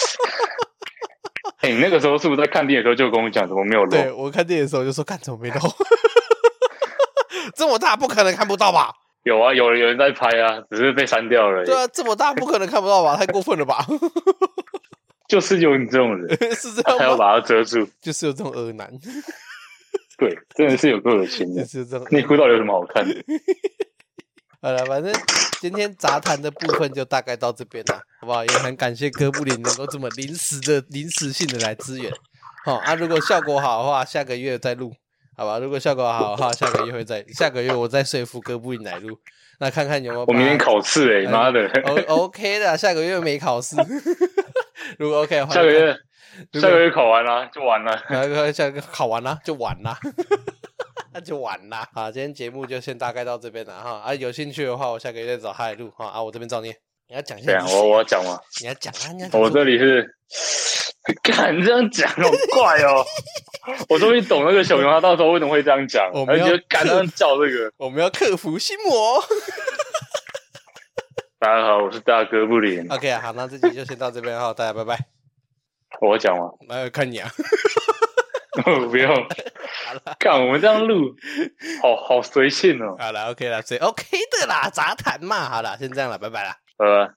[SPEAKER 2] 哎、你那个时候是不是在看电影的时候就跟我讲怎么没有
[SPEAKER 1] 对
[SPEAKER 2] 露？
[SPEAKER 1] 我看电影的时候就说，干怎么没露？ [laughs] 这么大不可能看不到吧？
[SPEAKER 2] 有啊，有人有人在拍啊，只是被删掉了而已。
[SPEAKER 1] 对啊，这么大不可能看不到吧？太过分了吧？ [laughs]
[SPEAKER 2] 就是有你这种人，
[SPEAKER 1] 是这
[SPEAKER 2] 他要
[SPEAKER 1] 样吗？
[SPEAKER 2] 把它遮住。
[SPEAKER 1] 就是有这种恶男， [laughs]
[SPEAKER 2] 对，真的是有够恶心
[SPEAKER 1] 就
[SPEAKER 2] 的。
[SPEAKER 1] 是有这种恶
[SPEAKER 2] 内裤到底有什么好看的？
[SPEAKER 1] 好了，反正今天杂谈的部分就大概到这边了，好不好？也很感谢哥布林能够这么临时的、临时性的来支援。好、啊，如果效果好的话，下个月再录，好吧？如果效果好的话，下个月会再，下个月我再说服哥布林来录，那看看有没有把。
[SPEAKER 2] 我明天考试哎、妈的！
[SPEAKER 1] O OK 的，下个月没考
[SPEAKER 2] [laughs]
[SPEAKER 1] 试。 [laughs] 如果 OK 的话，
[SPEAKER 2] 下个月
[SPEAKER 1] 如果
[SPEAKER 2] 下个月考完了、就完了。 [laughs]
[SPEAKER 1] 然后下呃个考完啦，就完啦， [laughs] 那就完啦。好，今天节目就先大概到这边了哈。啊，有兴趣的话，我下个月再找他来录哈。啊，我这边照念，你要讲一
[SPEAKER 2] 对
[SPEAKER 1] 下
[SPEAKER 2] 啊
[SPEAKER 1] 你，是谁啊，
[SPEAKER 2] 我我
[SPEAKER 1] [laughs]
[SPEAKER 2] 要讲嘛，
[SPEAKER 1] 你要讲啊，你要讲
[SPEAKER 2] 我这里是，敢这样讲好怪哦。我终于懂那个小熊他到时候为什么会这样讲
[SPEAKER 1] 我，们
[SPEAKER 2] 而
[SPEAKER 1] 要
[SPEAKER 2] 且敢这样叫这个。
[SPEAKER 1] 我们要克服心魔。
[SPEAKER 2] 大家好，我是大哥布林，
[SPEAKER 1] OK，啊好，那这集就先到这边哈，大家拜拜。
[SPEAKER 2] 我要讲吗？
[SPEAKER 1] 来看你啊，
[SPEAKER 2] [laughs]
[SPEAKER 1] [laughs]
[SPEAKER 2] 不用，看我们这样录，好好随性哦。
[SPEAKER 1] 好了，OK 啦，所以 OK 的啦，杂谈嘛，好了，先这样了，拜拜啦。
[SPEAKER 2] 呃。